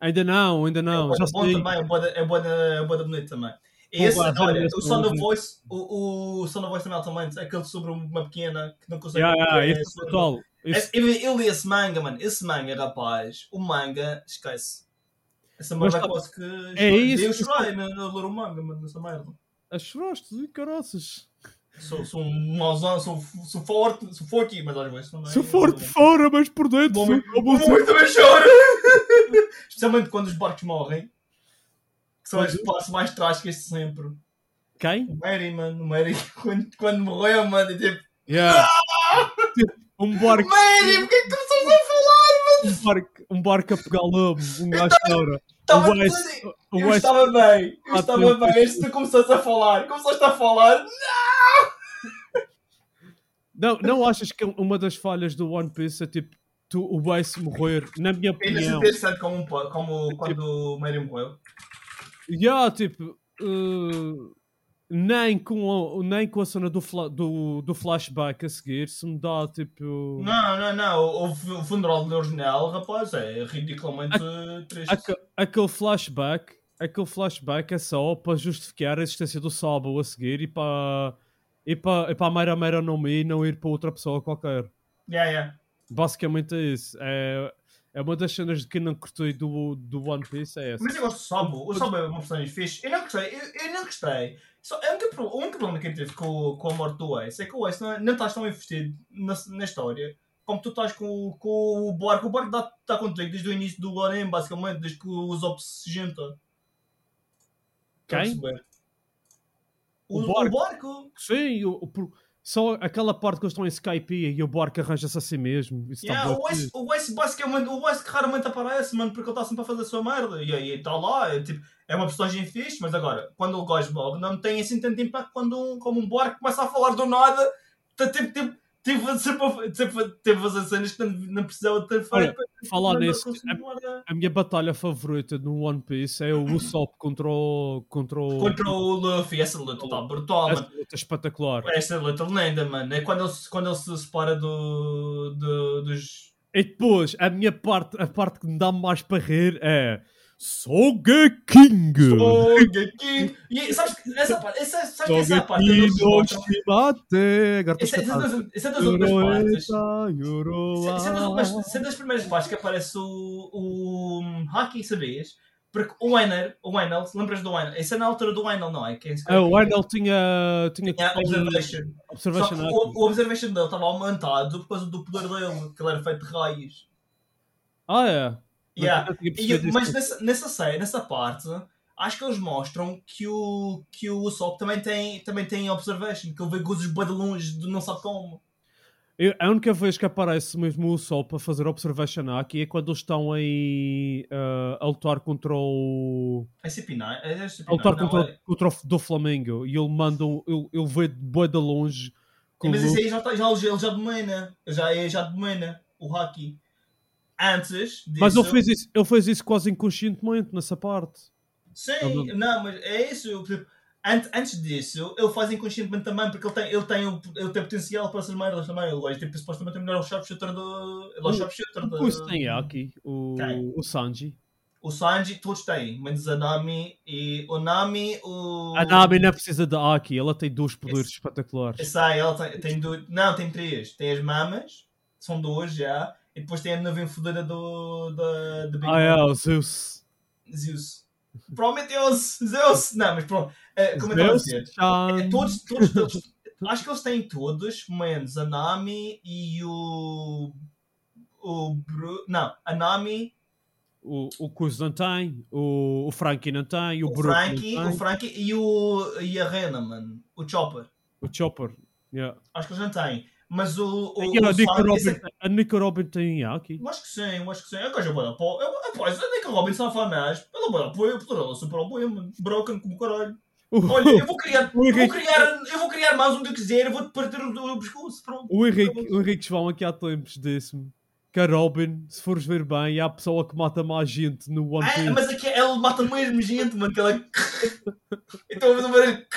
Speaker 1: Ainda não, ainda não.
Speaker 2: é
Speaker 1: Já
Speaker 2: bom
Speaker 1: sei.
Speaker 2: também, é boa, é boa, é boa bonito também. E
Speaker 1: Vou
Speaker 2: esse,
Speaker 1: guardar
Speaker 2: olha,
Speaker 1: esse é
Speaker 2: o Sound of
Speaker 1: nome.
Speaker 2: Voice, o, o Sound of Voice também é altamente, aquele sobre uma pequena que não consegue...
Speaker 1: Yeah, yeah,
Speaker 2: é,
Speaker 1: esse
Speaker 2: sobre-
Speaker 1: total. Esse-
Speaker 2: É, eu, eu li esse manga, mano, esse manga, rapaz, o manga, esquece. Essa
Speaker 1: Mas
Speaker 2: merda
Speaker 1: tá-
Speaker 2: quase que...
Speaker 1: é isso,
Speaker 2: Eu
Speaker 1: isso-
Speaker 2: chorei na, na ler o manga, mano, nessa merda.
Speaker 1: Ah, choraste, e caroças.
Speaker 2: Sou, sou um mauzão, sou, sou forte, sou um forte, mas às vezes também...
Speaker 1: Se for de fora, mas por dentro,
Speaker 2: Bom,
Speaker 1: sou como
Speaker 2: Muito,
Speaker 1: se-
Speaker 2: muito bem choro! Especialmente quando os barcos morrem. Que são as partes mais trágicas de sempre.
Speaker 1: Quem?
Speaker 2: O Mary, mano, o Mary, quando, quando morreu, mano, é tipo,
Speaker 1: Yeah. Tipo, um barco,
Speaker 2: Mary, porquê que começaste a falar, mano?
Speaker 1: um barco, um barco a pegar lobo, um gajo chora.
Speaker 2: Estava
Speaker 1: O Weiss-
Speaker 2: tudo-
Speaker 1: o
Speaker 2: Eu
Speaker 1: Weiss-
Speaker 2: estava bem, eu
Speaker 1: Ah,
Speaker 2: estava
Speaker 1: tu-
Speaker 2: bem, antes tu começaste a falar, começaste a falar,
Speaker 1: Não, não achas que uma das falhas do One Piece é tipo, tu, o Ace morrer, na minha
Speaker 2: ainda se
Speaker 1: opinião.
Speaker 2: interessante como, um po- como quando o Mary morreu.
Speaker 1: Yeah, tipo, uh, nem, com a, nem com a cena do, fla- do, do flashback a seguir, se me dá tipo.
Speaker 2: Não, não, não, o, o funeral do original, rapaz, é ridiculamente triste.
Speaker 1: Aque- aquele flashback aquele flashback é só para justificar a existência do Sabo a seguir e para e para, e para a Meira Meira não me ir não ir para outra pessoa qualquer
Speaker 2: Yeah, yeah.
Speaker 1: basicamente é isso é, é uma das cenas de que não curti do, do One Piece é essa
Speaker 2: Mas eu gosto do Sabo, o Sabo é uma personagem fixe, eu não gostei, eu, eu não gostei. Só, é o, único, pro- o único problema que eu tive com, o- com a morte do Ace é que o Ace não, não estás tão investido na, na história como tu estás com, o- com o barco. O barco está tá contigo desde o início do anime, basicamente, desde que os Zop se junta. Estás a
Speaker 1: Quem?
Speaker 2: perceber?
Speaker 1: O
Speaker 2: O, o
Speaker 1: barco?
Speaker 2: barco?
Speaker 1: sim o, o pro- Só aquela parte que eles estão em Skype e o Bork arranja-se a si mesmo. Isso tá está
Speaker 2: Yeah,
Speaker 1: bué
Speaker 2: o Wes,
Speaker 1: fixe.
Speaker 2: o Wes basicamente, o Wes que raramente aparece, mano, porque ele está sempre a fazer a sua merda. E aí está lá, é, tipo, é uma personagem fixe, mas agora, quando o gajo morre, não tem assim tanto impacto quando um, como um Borg começa a falar do nada, tá, tipo, tipo, teve sempre, a- sempre a- teve a fazer cenas que não, não precisava de ter
Speaker 1: Olha,
Speaker 2: feito. Tipo, para-
Speaker 1: falar é
Speaker 2: para-
Speaker 1: nisso,
Speaker 2: para- para- para-
Speaker 1: A minha batalha favorita no One Piece é o Usopp contra o. Contra o.
Speaker 2: Contra o Luffy, essa luta está brutal, mano.
Speaker 1: Essa luta espetacular.
Speaker 2: Essa luta linda, mano. É quando ele, se- quando ele se separa do, do- dos.
Speaker 1: E depois, a minha parte, a parte que me dá mais para rir é. Soga King!
Speaker 2: Soga King! E sabes que essa parte, essa, sabes que essa parte
Speaker 1: King
Speaker 2: eles mostram-
Speaker 1: Oshimate! Agora
Speaker 2: Isso é- isso é
Speaker 1: estou
Speaker 2: das- isso é das últimas partes. Isso
Speaker 1: Yoroeta, Yoroa.
Speaker 2: é- isso é das últimas- isso é das primeiras partes que aparece o, o um, Haki, sabias? Porque o Weiner, o Weinel, lembras do Weinel? Isso é na altura do Weinel, não é? Que é isso que-
Speaker 1: Ah, O Arnold tinha. Tinha.
Speaker 2: É, Observation. Só que
Speaker 1: Observation.
Speaker 2: o, o Observation dele estava aumentado por causa do poder dele, que ele era feito de raios.
Speaker 1: Ah, é.
Speaker 2: Yeah.
Speaker 1: eu tinha
Speaker 2: E-
Speaker 1: percebido
Speaker 2: mas
Speaker 1: isso.
Speaker 2: nessa, nessa série, nessa parte, acho que eles mostram que o, que o Usopp também tem, também tem Observation, que ele vê gozos bué de longe, de não sabe como.
Speaker 1: Eu- a única vez que aparece mesmo o Sol para fazer Observation aqui é quando eles estão aí ah, a lutar contra o.
Speaker 2: É CP9? É
Speaker 1: a lutar
Speaker 2: CP9?
Speaker 1: contra,
Speaker 2: Não, é-
Speaker 1: o- contra o F- do Flamengo e ele manda um- ele, ele vê de boa de longe com
Speaker 2: Mas
Speaker 1: o-
Speaker 2: isso aí já, tá, já, ele já domina. Ele Já, ele já domina o Haki. Antes disso.
Speaker 1: Mas ele fez isso ele fez isso quase inconscientemente nessa parte Tá
Speaker 2: Sim, não, mas é isso. tipo, ant- antes disso, ele faz inconscientemente também, porque ele tem, ele tem, o- ele tem potencial para essas merdas também. Ele é, tipo, supostamente é melhor o sharpshooter do. Ele é o sharpshooter
Speaker 1: o isso tem é,
Speaker 2: do.
Speaker 1: aqui o,
Speaker 2: Quem?
Speaker 1: o Sanji
Speaker 2: O Sanji, todos têm, menos a Nami e o Nami, o.
Speaker 1: a Nami Ah, não precisa de Aki ela tem dois poderes
Speaker 2: Esse- Eu
Speaker 1: espetaculares
Speaker 2: sei, ela tem, tem duas. Não, tem três. Tem as mamas, são duas já, e depois tem a nuvem fodida do. da do Big
Speaker 1: ah é
Speaker 2: Mom.
Speaker 1: o Zeus
Speaker 2: Zeus. Provavelmente é o Zeus. Não, mas pronto. Eh, como eu estava a
Speaker 1: Zeus
Speaker 2: dizer,
Speaker 1: Chan
Speaker 2: eh, todos, todos, todos. Acho que eles têm todos, menos a Nami e o. O Bru. Não, a Nami,
Speaker 1: o, o Kuz não tem o, o Frankie não tem o,
Speaker 2: o
Speaker 1: Brook
Speaker 2: Frankie,
Speaker 1: não
Speaker 2: o
Speaker 1: tem,
Speaker 2: Frankie e, o, e a Rena, mano. O Chopper.
Speaker 1: o Chopper yeah.
Speaker 2: Acho que eles não têm. Mas o. o, é-
Speaker 1: E a,
Speaker 2: o
Speaker 1: Nico
Speaker 2: Sanji-
Speaker 1: Robin, a Nico Robin tem Aki
Speaker 2: Eu acho que sim, eu acho que sim. É que eu vou dar pó. Eu, após, é que o Robin são fanás. Ela vai dar apoio, porque ela é super apoio, mano. Broken como caralho. Olha, eu vou criar, eu vou criar, eu vou criar mais um que eu quiser, eu vou-te partir o, o pescoço, pronto.
Speaker 1: O Henrique, o Henrique João aqui há tempos disse-me que a Robin, se fores ver bem, é a pessoa que mata mais gente no One
Speaker 2: Ah,
Speaker 1: Piece.
Speaker 2: mas aqui ela mata mesmo gente, mano, que ela... Então eu vou fazer...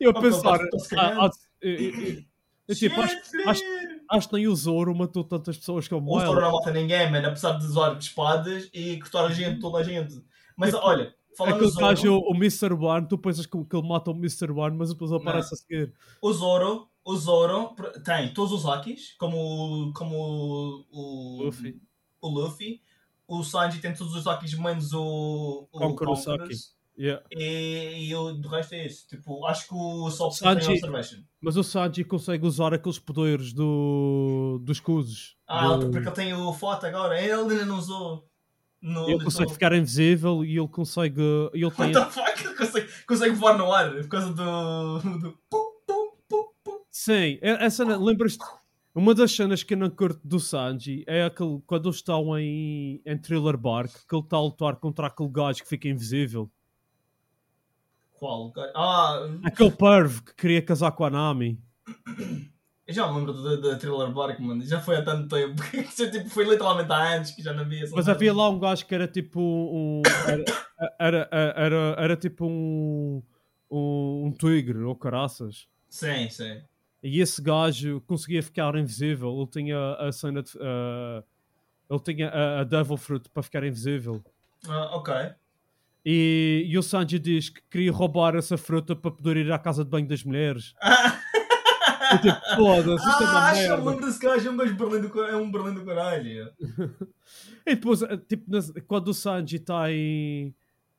Speaker 1: Eu a
Speaker 2: Ah,
Speaker 1: pensar,
Speaker 2: pá, se calhar.
Speaker 1: ah, ah, eu- eu- eu- eu tipo, acho, acho- acho que nem o Zoro matou tantas pessoas como
Speaker 2: O Zoro
Speaker 1: ela. É
Speaker 2: não mata ninguém, mano, apesar de usar espadas e cortar a gente, toda a gente. Mas olha, falando do
Speaker 1: Aquele
Speaker 2: Zoro...
Speaker 1: gajo, o Mr. One, tu pensas que, que ele mata o Mr. One, mas depois ele aparece a seguir.
Speaker 2: O Zoro, o Zoro pr- tem todos os Akis, como, o- como o, o,
Speaker 1: Luffy.
Speaker 2: o Luffy. O Sanji tem todos os Akis, menos o, o
Speaker 1: Conqueror Saki.
Speaker 2: Conqueror's.
Speaker 1: Yeah.
Speaker 2: E, e o do resto é isso. Tipo, acho que o Sop só
Speaker 1: Sanji-
Speaker 2: tem Observation.
Speaker 1: Mas o Sanji consegue usar aqueles poderes do, dos Kuzes.
Speaker 2: Ah,
Speaker 1: Do-
Speaker 2: porque ele tem o foto agora. Ele ainda não usou. No,
Speaker 1: Ele consegue
Speaker 2: no-
Speaker 1: ficar invisível e ele consegue. Ele
Speaker 2: What
Speaker 1: tem,
Speaker 2: the fuck? Ele Consegue, consegue voar no ar por causa do. do... pum, pum, pum, pum.
Speaker 1: Sim, é- essa cena, lembras-te? Uma das cenas que eu não curto do Sanji é aquele, quando eles estão em, em Thriller Bark, que ele está a lutar contra aquele gajo que fica invisível.
Speaker 2: Qual? cara? Ah,
Speaker 1: Aquele pervo que queria casar com a Nami.
Speaker 2: Eu já me lembro da- da Thriller Bark, mano. Já foi há tanto tempo. Isso, tipo, foi literalmente há anos que já não via. essa
Speaker 1: Mas
Speaker 2: merda.
Speaker 1: havia lá um gajo que era tipo um. Era, era, era, era- era tipo um. Um, um tigre ou caraças.
Speaker 2: Sim, sim.
Speaker 1: E esse gajo conseguia ficar invisível. Ele tinha a cena de. ah, ele tinha a, a Devil Fruit para ficar invisível.
Speaker 2: Ah, ok.
Speaker 1: E, e o Sanji diz que queria roubar essa fruta para poder ir à casa de banho das mulheres. Eu tipo, foda-se, isto é uma
Speaker 2: Ah, acho que eu me
Speaker 1: merda.
Speaker 2: lembro desse gajo. É um gajo berlim do, car- é um berlim do caralho.
Speaker 1: E depois, eh, tipo, nas- quando o Sanji está em.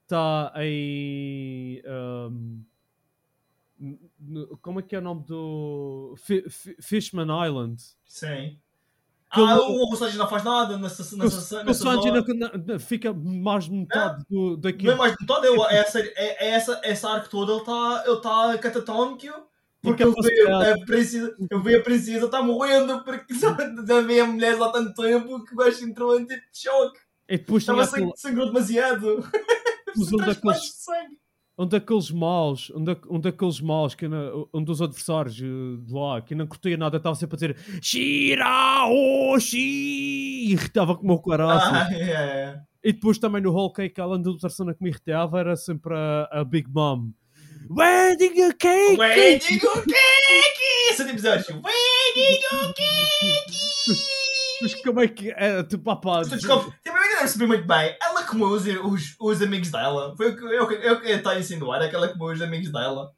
Speaker 1: Está em. ahm, n- n- como é que é o nome do. Fi- Fi- Fishman Island.
Speaker 2: Sim.
Speaker 1: Que
Speaker 2: ah,
Speaker 1: eu-
Speaker 2: o, o Sanji não faz nada nessa.
Speaker 1: O,
Speaker 2: nessa, nessa,
Speaker 1: o Sanji
Speaker 2: zona.
Speaker 1: na- na- na- fica mais de metade do,
Speaker 2: é Não é
Speaker 1: daquilo.
Speaker 2: mais de todo. É, é, essa, é, é essa, essa arco toda. Ele está ele tá catatónico. tá Porque eu vi, a princesa, eu vi a princesa, está morrendo, porque já, já vi a mulher lá há tanto tempo que o gajo entrou em tipo de choque.
Speaker 1: E depois tinha
Speaker 2: Estava
Speaker 1: aquele,
Speaker 2: sangrou demasiado. tipo,
Speaker 1: Mas onde é
Speaker 2: Estás
Speaker 1: que eles-
Speaker 2: quase de sangue.
Speaker 1: um daqueles maus, um, da, um daqueles maus, que não- um dos adversários eh, de lá, que não curtia nada, estava sempre a dizer Shiraoshi! Irritava como o caralho.
Speaker 2: Ah, yeah, yeah.
Speaker 1: E depois também no Whole Cake, além da persona que me irritava, era sempre a, a Big Mom. Wedding a cake!
Speaker 2: Wedding o cake! é Esse episódio. Wedding o cake!
Speaker 1: Mas como é que é? Tipo, ah, pá,
Speaker 2: Tu descobres, também ainda não percebi muito bem. Ela comeu os, os, os amigos dela. Foi o que eu, eu, eu estava a insinuar, é que ela comeu os amigos dela.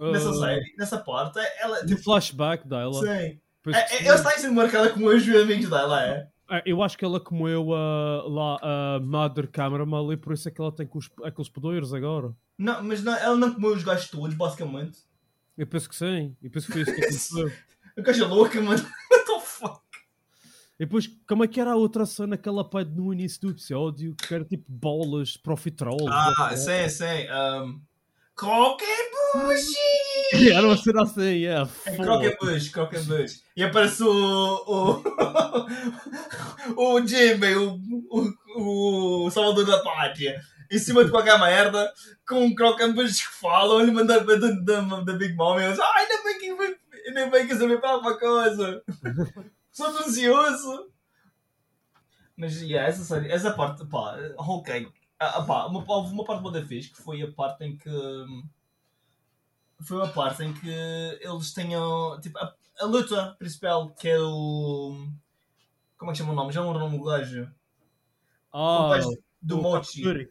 Speaker 1: ah,
Speaker 2: Nessa série, nessa parte, ela.
Speaker 1: no
Speaker 2: Tipo,
Speaker 1: um flashback dela.
Speaker 2: sim.
Speaker 1: Depois
Speaker 2: É, é,
Speaker 1: percebi.
Speaker 2: eu estava a insinuar que ela comeu os amigos dela, é?
Speaker 1: Ah, Eu acho que ela comeu ah, lá a Mother Cameraman e por isso é que ela tem com os- aqueles poderes agora.
Speaker 2: Não, mas não, ela não comeu os gajos todos, basicamente.
Speaker 1: Eu penso que sim. Eu penso que foi isso que aconteceu.
Speaker 2: O gajo é louca, mano. What the fuck?
Speaker 1: E depois, como é que era a outra cena que ela pede no início do episódio? Que era tipo bolas de profiterol.
Speaker 2: Ah, sim, sim. Um, Croquembush!
Speaker 1: Era uma cena assim,
Speaker 2: É
Speaker 1: yeah, foda.
Speaker 2: Croquembush, Croquembush. E aparece o. O, o Jimmy, o, o, o Salvador da Pátria, em cima de qualquer merda, com um Croquembush que falam, ele manda da, da, da Big Mom e eles. Ah, ainda bem que foi- ainda bem que eu sabia para alguma coisa. Sou ansioso. Mas, yeah, essa, série- essa parte, pá, Whole Cake. Ah, ah, pá, uma, houve uma parte boa da vez que foi a parte em que. hum, Foi uma parte em que eles tenham. Tipo, a, a luta principal que é o. Como é que chama o nome? Já não lembro o nome do gajo. o
Speaker 1: Ah,
Speaker 2: gajo do
Speaker 1: o
Speaker 2: Mochi.
Speaker 1: Katsuri.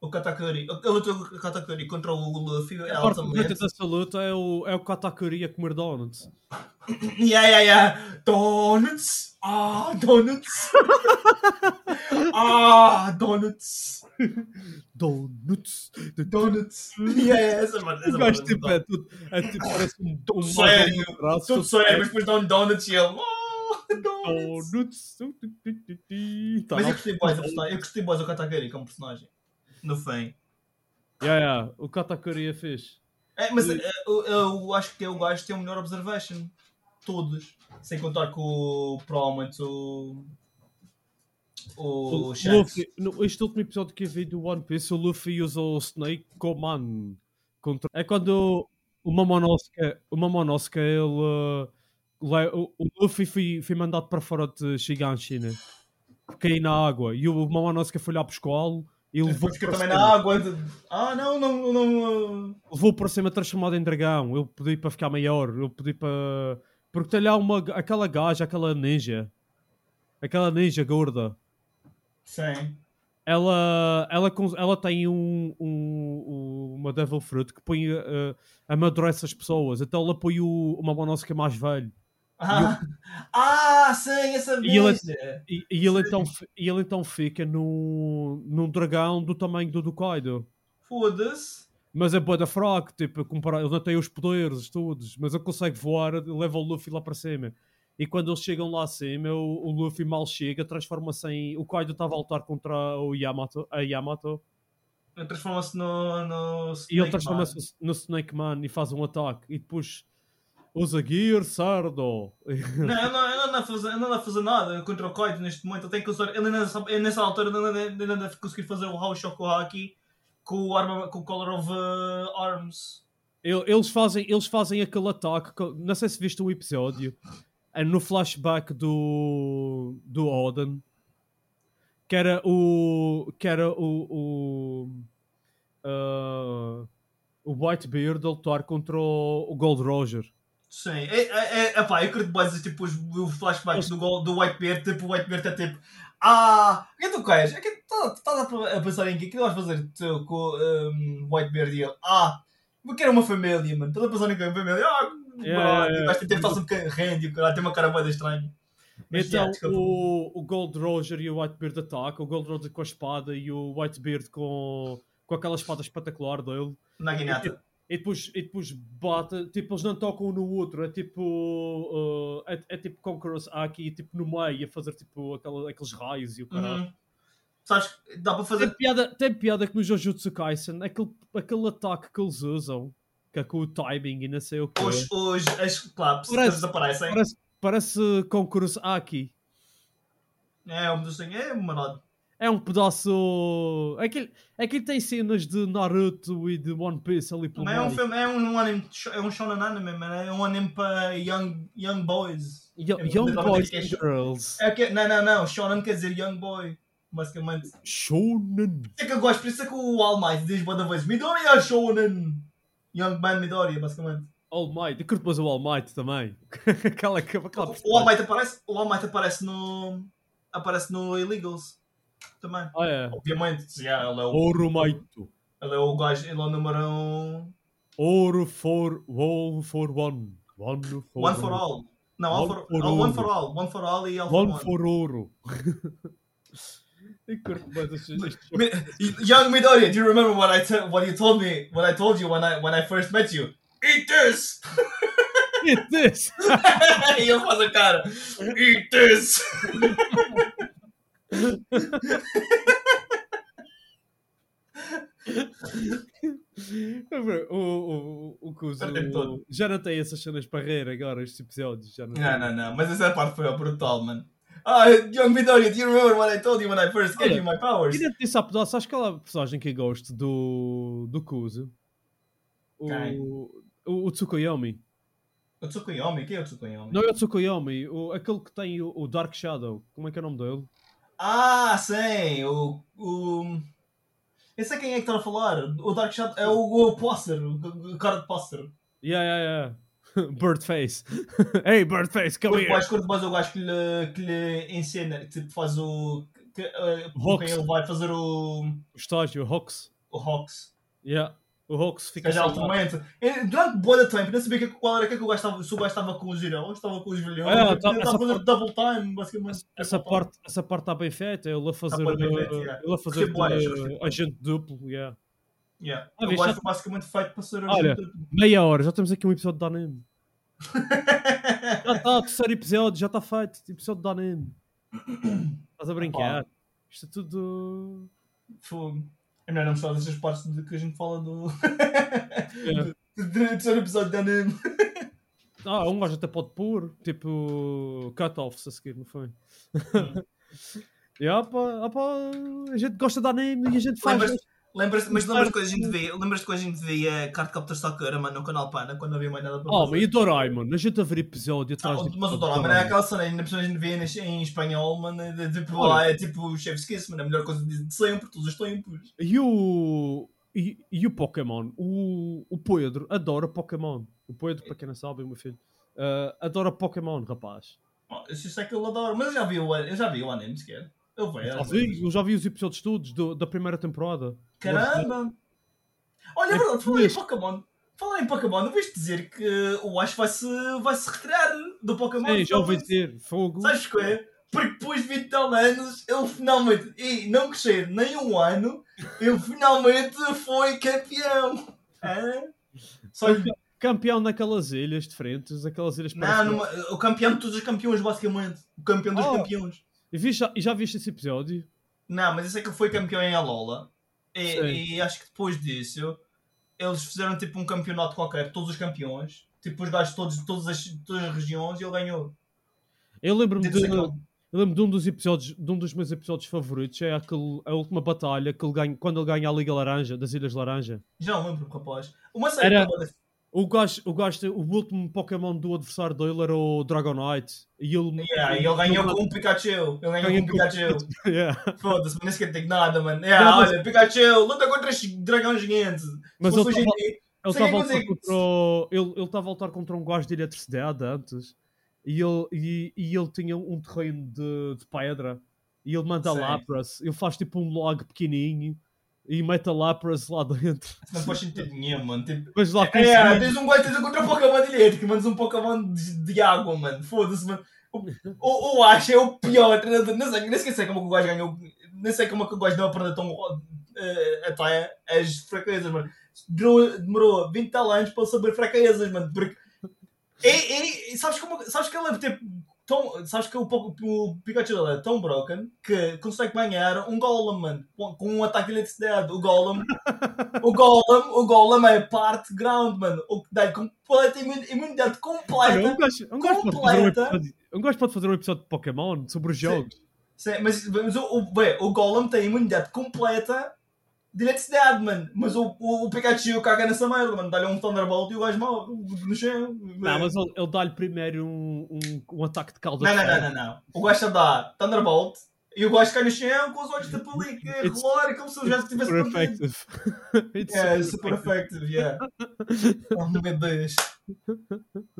Speaker 2: O Katakuri. A luta do Katakuri contra o Luffy.
Speaker 1: É
Speaker 2: é
Speaker 1: A
Speaker 2: Ela
Speaker 1: parte bonita
Speaker 2: também.
Speaker 1: dessa luta é o, é o Katakuri a comer donuts.
Speaker 2: Yeah, yeah, yeah. Donuts! Ah, donuts! ah, donuts!
Speaker 1: Donuts!
Speaker 2: Donuts! Yeah, yeah, essa parte.
Speaker 1: O
Speaker 2: essa
Speaker 1: gajo
Speaker 2: parte é
Speaker 1: tipo, é tudo, é tipo, parece um, um
Speaker 2: sério,
Speaker 1: marrom no braço,
Speaker 2: é Tudo sério, mas depois dão donuts e ele. "Oh, donuts.
Speaker 1: Donuts! Tá
Speaker 2: Mas
Speaker 1: lá.
Speaker 2: eu gostei mais do personagem. Eu gostei mais do Katakuri como personagem. No fim.
Speaker 1: Yeah, yeah, o Katakuri é fixe.
Speaker 2: É, mas é, eu, eu acho que é o gajo que tem o melhor observation. Todos. Sem contar com o Promet, o. O Shanks.
Speaker 1: Luffy, no, este último episódio que eu vi do One Piece, o Luffy usa o Snake Command. Contra... É quando o Momonosuke, o Momonosuke ele, uh, le- o, o Luffy foi, foi mandado para fora de Shiganshina. Caiu na água. E o Momonosuke foi lá pescoá-lo e levou
Speaker 2: Depois fica
Speaker 1: para,
Speaker 2: também
Speaker 1: cima,
Speaker 2: na água. de- Ah, não, não, não. ah,
Speaker 1: levou para cima transformado em dragão. Eu pedi para ficar maior. Eu pedi para... Porque tem lá uma, aquela gaja, aquela ninja. Aquela ninja gorda.
Speaker 2: Sim.
Speaker 1: ela, ela, cons- ela tem um, um- um- uma Devil Fruit que põe, eh, amadurece as pessoas. Então ela põe o, uma Monosuke mais velho.
Speaker 2: Ah, ah sim, essa
Speaker 1: E ele-
Speaker 2: vez.
Speaker 1: E, e ele, então, fi- e ele então fica num, num dragão do tamanho do do Kaido.
Speaker 2: Foda-se.
Speaker 1: Mas é boa da fraco, tipo, a comparar, ele não tem os poderes todos, mas ele consegue voar, leva o Luffy lá para cima. E quando eles chegam lá acima, o, o Luffy mal chega, transforma-se em. O Kaido estava a lutar contra o Yamato, a Yamato.
Speaker 2: Ele Transforma-se no. no
Speaker 1: E ele
Speaker 2: Snake Man.
Speaker 1: transforma-se no Snake Man e faz um ataque. E depois usa Gear Sardo.
Speaker 2: Não, eu não, eu não ando a fazer, eu não ando a fazer nada contra o Coito neste momento. Eu tenho que usar. Ele nessa, ele nessa altura não anda- ainda anda a conseguir fazer o House Shock aqui com o, arma, com o Color of uh, Arms.
Speaker 1: Ele- Eles fazem, eles fazem aquele ataque. que- Não sei se viste o episódio. é No flashback do, do Odin. Que era o. Que era o. O, ah, o Whitebeard a lutar contra o, o Gold Roger.
Speaker 2: Sim, é, é, é, epá, eu curto mais tipo, os, os flashbacks do, gol- do White Bear. Tipo, o White Bear é tipo. Ah, o que é que tu queres? É que tu estás a pensar em que? O que tu vais fazer tu, com o um, White Bear e ele? Ah, eu quero uma família, mano. Estás a pensar em que? Uma família? Ah,
Speaker 1: Yeah,
Speaker 2: yeah,
Speaker 1: yeah,
Speaker 2: yeah, ter estar um bocadinho rende, o caralho, tem uma cara boa estranha. Mas,
Speaker 1: Então
Speaker 2: yeah, desculpa.
Speaker 1: o, o Gold Roger e o Whitebeard atacam, o Gold Roger com a espada e o Whitebeard com, com aquela espada espetacular dele.
Speaker 2: Na guinata.
Speaker 1: E depois, e depois bate, tipo, eles não tocam um no outro, é tipo. uh, é, é tipo Conqueror's Aki, tipo no meio, a fazer tipo aquela- aqueles raios e o caralho.
Speaker 2: Uhum. Sabes, que dá para fazer.
Speaker 1: Tem, piada, tem piada que no Jujutsu Kaisen, aquele, aquele ataque que eles usam, que música, com o timing e não sei o quê.
Speaker 2: Hoje, hoje, as claps
Speaker 1: É. Parece-
Speaker 2: todas aparecem.
Speaker 1: Parece, parece concurso aqui.
Speaker 2: É, um dos sonhos é marado.
Speaker 1: É um pedaço. é Aquilo, aquilo tem cenas de Naruto e de One Piece ali pelo
Speaker 2: Mas é um
Speaker 1: meio.
Speaker 2: filme, é um, um anime, é um shonen anime, mano. É um anime para young, young boys.
Speaker 1: Yo-
Speaker 2: é um-
Speaker 1: Young Boys
Speaker 2: literalmente
Speaker 1: and
Speaker 2: que é-
Speaker 1: Girls.
Speaker 2: É que, não, não, não. Shonen quer dizer young boy. Basicamente.
Speaker 1: Shonen.
Speaker 2: É que eu gosto, por isso é que o All Might diz boa da vez Midori é shonen. Young man Midori, basicamente.
Speaker 1: All Might. Eu curto mais o All Might também. aquela aquela, aquela
Speaker 2: O All Might aparece, o All Might aparece no... Aparece no Illegals. Também.
Speaker 1: Ah, é.
Speaker 2: Obviamente. se é, Ele é o,
Speaker 1: Ouro Maito.
Speaker 2: ele é o gajo, ele é o número um...
Speaker 1: Ouro for all for one. One for,
Speaker 2: One for all. Não, all for,
Speaker 1: One
Speaker 2: all,
Speaker 1: for all.
Speaker 2: one for all. One for all e all for
Speaker 1: One
Speaker 2: one.
Speaker 1: for ouro. Eu curto mais estes- estes-
Speaker 2: Mi- Young Midori, do you remember what I te- what you told me what I told you when I when I first met you? Eat this!
Speaker 1: Eat this!
Speaker 2: e ele faz a cara. Eat this!
Speaker 1: o, o, o, o, Cuso
Speaker 2: Perdemos todo.
Speaker 1: já não tem essas cenas para rir agora, estes episódios. Já não, tem.
Speaker 2: não, não, não. Mas essa parte foi brutal, mano. Ah, Young Midori, do you remember what I told you when I first gave
Speaker 1: Olha,
Speaker 2: you my powers?
Speaker 1: E dentro disso há pedaço, acho que ela é a personagem que eu gosto do, do Cuso. O,
Speaker 2: Quem?
Speaker 1: o, o Tsukuyomi.
Speaker 2: O Tsukuyomi, quem é o Tsukuyomi?
Speaker 1: Não é o Tsukuyomi, o, aquele que tem o, o Dark Shadow. Como é que é o nome dele?
Speaker 2: Ah, sim! O. o... Eu sei quem é que está a falar. O Dark Shadow é o, o Pássaro, o, o cara de Pássaro.
Speaker 1: Yeah, yeah, yeah. Birdface. hey, Birdface, come
Speaker 2: Quanto
Speaker 1: here.
Speaker 2: mais curto, mais eu acho que lhe, que lhe ensina, que tipo, faz o. Que, eh, com
Speaker 1: Hawks.
Speaker 2: quem ele vai fazer o.
Speaker 1: O estágio, o Hawks.
Speaker 2: O é Hawks.
Speaker 1: Yeah. O Hawks fica. assim.
Speaker 2: Que já
Speaker 1: sem nada.
Speaker 2: altamente. Eh, Durante boa da tempo, não sabia que- qual era que, é que eu gastava. Se o gajo estava com os irmãos, estava com os velhões.
Speaker 1: Ah,
Speaker 2: Ah,
Speaker 1: tá-
Speaker 2: estava
Speaker 1: essa
Speaker 2: a fazer
Speaker 1: parte-
Speaker 2: double time, basicamente.
Speaker 1: Essa parte está bem feita, ele a fazer,
Speaker 2: parte é Tá bem
Speaker 1: uh,
Speaker 2: feita, yeah.
Speaker 1: ele a fazer
Speaker 2: Gostei bué, acho,
Speaker 1: de, agente duplo. Yeah.
Speaker 2: Yeah.
Speaker 1: Ah,
Speaker 2: o
Speaker 1: viste,
Speaker 2: gajo
Speaker 1: já-
Speaker 2: foi basicamente feito para ser
Speaker 1: Olha.
Speaker 2: agente.
Speaker 1: Meia hora, já temos aqui um episódio de anime. Já está, terceiro episódio, já está feito. Episódio de anime. Estás a brincar? Isto é tudo.
Speaker 2: Fogo. É melhor não mostrar essas partes de que a gente fala do.
Speaker 1: Yeah.
Speaker 2: do do terceiro episódio de anime.
Speaker 1: Ah, um gajo até pode pôr, tipo, cut-offs a seguir, não foi? e opa, opa, ah, a gente gosta de anime e a gente faz.
Speaker 2: Lembras-te- Lembras-te, mas lembras-te quando a gente via, lembras-te quando a gente via Cardcaptor Sakura, mano, no canal Pana, quando não havia mais nada para
Speaker 1: Oh,
Speaker 2: fazer?
Speaker 1: mas tipo, e o Doraemon? A gente a ver episódio
Speaker 2: Ah,
Speaker 1: atrás de
Speaker 2: mas o
Speaker 1: episódio de
Speaker 2: Doraemon é aquela cena, ainda por cima a gente vê em, em espanhol, mano, é tipo,
Speaker 1: Olha.
Speaker 2: lá, é tipo o Chef's Kiss, mano, a melhor coisa de de sempre, todos os tempos.
Speaker 1: E o. E, e o Pokémon? O, o Pedro adora Pokémon. O Pedro, para quem não sabe, é o meu filho. ah, adora Pokémon, rapaz.
Speaker 2: Oh, eu sei que eu adoro, mas eu já vi o, an- eu já vi o anime sequer. Eu vejo.
Speaker 1: Já vi, eu já vi os episódios todos do- da primeira temporada.
Speaker 2: Caramba! Olha,
Speaker 1: É
Speaker 2: é verdade, falar em
Speaker 1: feliz.
Speaker 2: Pokémon. Falar em Pokémon, ouviste dizer que eh, o Ash vai se, vai se retirar do Pokémon?
Speaker 1: Sim, já
Speaker 2: então,
Speaker 1: ouvi dizer. Fogo.
Speaker 2: Sabes o que é? Porque depois de 20 tal anos, ele finalmente, e não crescer nem um ano, ele finalmente foi campeão. Hã? Só lhe-
Speaker 1: Campeão naquelas ilhas diferentes, aquelas ilhas
Speaker 2: não,
Speaker 1: parecem-
Speaker 2: numa- o campeão de todos os campeões, basicamente. O campeão dos
Speaker 1: Oh.
Speaker 2: campeões.
Speaker 1: E vi- já, e já viste esse episódio?
Speaker 2: Não, mas eu sei que ele foi campeão em Alola. E,
Speaker 1: Sim.
Speaker 2: e acho que depois disso, eles fizeram tipo um campeonato qualquer, todos os campeões. Tipo os gajos de todos, todas, as, todas as regiões e ele ganhou. Tipo,
Speaker 1: Eu lembro-me
Speaker 2: Deve
Speaker 1: de,
Speaker 2: ser aquele-
Speaker 1: eu lembro de um dos episódios, de um dos meus episódios favoritos, é aquele, a última batalha que ele ganha, quando ele ganha a Liga Laranja, das Ilhas Laranja.
Speaker 2: Já não lembro, rapaz. Uma série
Speaker 1: Era-
Speaker 2: toda-
Speaker 1: O gajo, o gajo, tem- o último Pokémon do adversário dele era o Dragonite. E ele,
Speaker 2: Yeah, e ele ganhou com um Pikachu. Ele ganhou com
Speaker 1: Ganhou
Speaker 2: um
Speaker 1: com-
Speaker 2: Pikachu.
Speaker 1: Yeah.
Speaker 2: Foda-se, mas nem sequer tem nada, mano. Yeah,
Speaker 1: Não, mas-
Speaker 2: olha, Pikachu, luta contra este dragão gigante.
Speaker 1: Mas
Speaker 2: Se
Speaker 1: ele
Speaker 2: fosse hoje em
Speaker 1: tava-
Speaker 2: dia-
Speaker 1: Ele
Speaker 2: Sei
Speaker 1: estava
Speaker 2: que
Speaker 1: a
Speaker 2: eu
Speaker 1: lutar
Speaker 2: digo.
Speaker 1: contra o- ele, ele estava a lutar contra um gajo de eletricidade antes e ele, e, e ele tinha um terreno de, de pedra e ele manda a
Speaker 2: Sim.
Speaker 1: Lapras, ele faz tipo um log pequenininho e mete a Lapras lá dentro.
Speaker 2: não faz sentido nenhum, mano. Tipo,
Speaker 1: Mas lá
Speaker 2: É,
Speaker 1: conseguiu-
Speaker 2: tens um gajo tens contra Pokémon elétrico, mandas um Pokémon de, de água, mano. Foda-se, mano. O, o, o Ash é o pior treinador. Não sei, nem sequer sei como é que o gajo ganhou. Nem sei como é que o gajo não aprendeu tão eh, até as fraquezas, mano. Demorou, demorou 20 tal anos para ele saber fraquezas, mano. Porque. E, e- e sabes, como, sabes que ele tipo, tão, sabes que o, Po- o Pikachu dele é tão broken que consegue ganhar um Golem, mano, com com um ataque de eletricidade. O Golem, o Golem, o Golem é parte ground, mano, o que dá-lhe completa imun- imunidade completa.
Speaker 1: Olha, um gajo, um gajo pode fazer um
Speaker 2: então, completa.
Speaker 1: episódio, um gajo pode fazer um episódio de Pokémon sobre os
Speaker 2: Sim.
Speaker 1: jogos.
Speaker 2: Sim, mas, mas o, o, bem, o Golem tem imunidade completa de eletricidade, mano. Mas o, o, o Pikachu caga nessa merda, mano. Dá-lhe um Thunderbolt e o gajo morre no chão.
Speaker 1: Não, mas ele, ele dá-lhe primeiro um, um, um ataque de calda.
Speaker 2: não,
Speaker 1: de
Speaker 2: não, não,
Speaker 1: ferro.
Speaker 2: não, não. O gajo só dá Thunderbolt e o gajo cai no chão com os olhos de pelica,
Speaker 1: It's-
Speaker 2: relar, como se o gajo tivesse
Speaker 1: Super
Speaker 2: perdido.
Speaker 1: effective. It's
Speaker 2: É,
Speaker 1: super
Speaker 2: super effective, yeah. Oh meu Deus.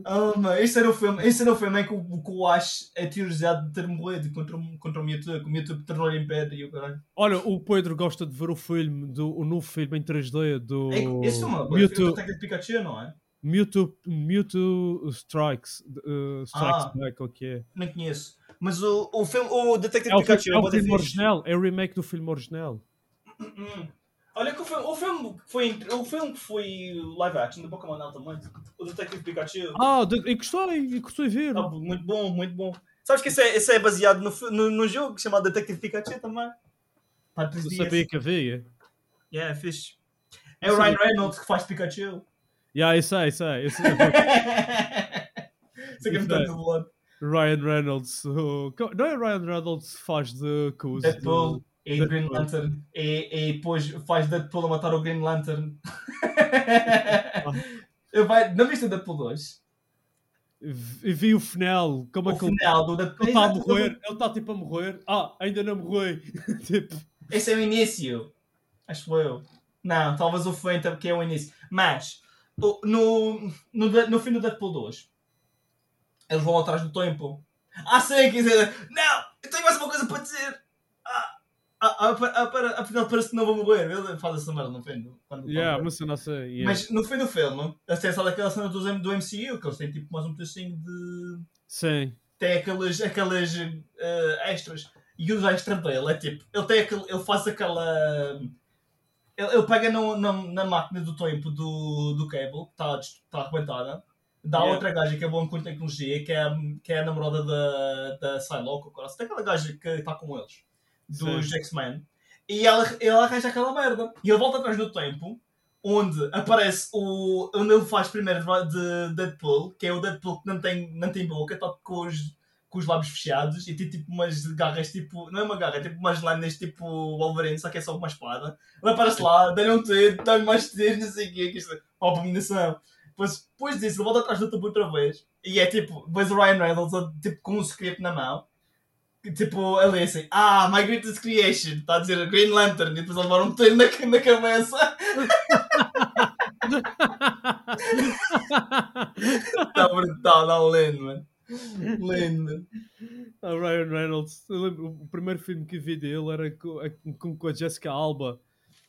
Speaker 2: Oh, mano. Este era o filme, este era o filme em que o, que o Ash é teorizado de ter morrido contra, um- contra o Mewtwo, que o Mewtwo tornou-lhe em pedra e o caralho.
Speaker 1: Olha, o Pedro gosta de ver o filme, do, o novo filme em 3D do
Speaker 2: É, esse é uma coisa.
Speaker 1: Mewtwo,
Speaker 2: O ataque de Pikachu, não é?
Speaker 1: Mewtwo, Mewtwo Strikes, uh, Strikes
Speaker 2: Ah.
Speaker 1: Back, o que é?
Speaker 2: Não conheço. Mas o, o filme, o Detective
Speaker 1: É o,
Speaker 2: Pikachu
Speaker 1: filme, é o
Speaker 2: bué da
Speaker 1: filme
Speaker 2: fixe.
Speaker 1: original, é o remake do filme original.
Speaker 2: Hum. Olha que o filme, o filme que foi, entre- o filme que foi live action do Pokémon Alta muito. O Detective Pikachu.
Speaker 1: Ah, de- eu gostei, eu gostei de ver.
Speaker 2: Ah, muito bom, muito bom. Sabes que isso é, isso é baseado no, fi- no, no jogo chamado Detective Pikachu também? Pá, depois
Speaker 1: eu
Speaker 2: vi
Speaker 1: sabia
Speaker 2: esse.
Speaker 1: que havia.
Speaker 2: Yeah, fixe. É o Ryan Reynolds que faz Pikachu.
Speaker 1: Yeah, eu sei, eu sei. eu sei.
Speaker 2: Isso é que é muito do lado.
Speaker 1: Ryan Reynolds. o- co- Não é Ryan Reynolds que faz de Coos?
Speaker 2: É Deadpool e
Speaker 1: Deadpool.
Speaker 2: Green Lantern e, e depois faz Deadpool a matar o Green Lantern. Eu vai, não viste o Deadpool 2?
Speaker 1: E vi o final, como
Speaker 2: O
Speaker 1: é que ele
Speaker 2: final do Deadpool.
Speaker 1: ele está a morrer, ele está tipo a morrer. Ah, ainda não morreu. tipo,
Speaker 2: Esse é o início. Acho eu. Não, talvez o fim porque é o início. Mas o- no, no, de- no fim do Deadpool 2 eles vão atrás do tempo. Ah, sei que dizer. Não! Eu tenho mais uma coisa para dizer! Ah, ah, ah, para, ah, para, afinal parece que não vou morrer. Ele faz essa merda no fim. do- Quando,
Speaker 1: yeah,
Speaker 2: quando-
Speaker 1: mas eu não sei. yeah.
Speaker 2: Mas no fim do filme, eles têm só daquela cena do, do MCU, que eles têm tipo mais um pedacinho de.
Speaker 1: Sim.
Speaker 2: tem aquelas, aquelas eh, extras. E os extra dele é tipo. Ele, tem aquele, ele faz aquela. Ele, ele pega no, na, na máquina do tempo do, do Cable, que está tá arrebentada. Dá a
Speaker 1: Yeah.
Speaker 2: outra gaja que é boa com tecnologia, que é, a- que é a namorada da, da Psylocke, ou coisa. tem aquela gaja que está com eles, dos X-Men. E ela, ela arranja aquela merda. E ele volta atrás do tempo, onde aparece o. onde ele faz primeiro de- de Deadpool, que é o Deadpool que não tem, não tem boca, está com os, com os lábios fechados e tem tipo umas garras tipo. Não é uma garra, é tipo umas lâminas tipo Wolverine, só que é só uma espada. Ele aparece lá, dá-lhe um tiro, dá-lhe mais tiros, não sei o quê, que isto é uma abominação. Depois, depois disso, ele volta atrás do tubo outra vez. E é tipo, vês o Ryan Reynolds tipo, com um script na mão. E, Tipo, ele é assim, ah, my greatest creation, está a dizer Green Lantern, e depois ele levar um tiro na, na cabeça. Está brutal, não, lindo, mano. Lindo, mano.
Speaker 1: A Ryan Reynolds. Eu lembro, o primeiro filme que vi dele era com a, com, com a Jessica Alba,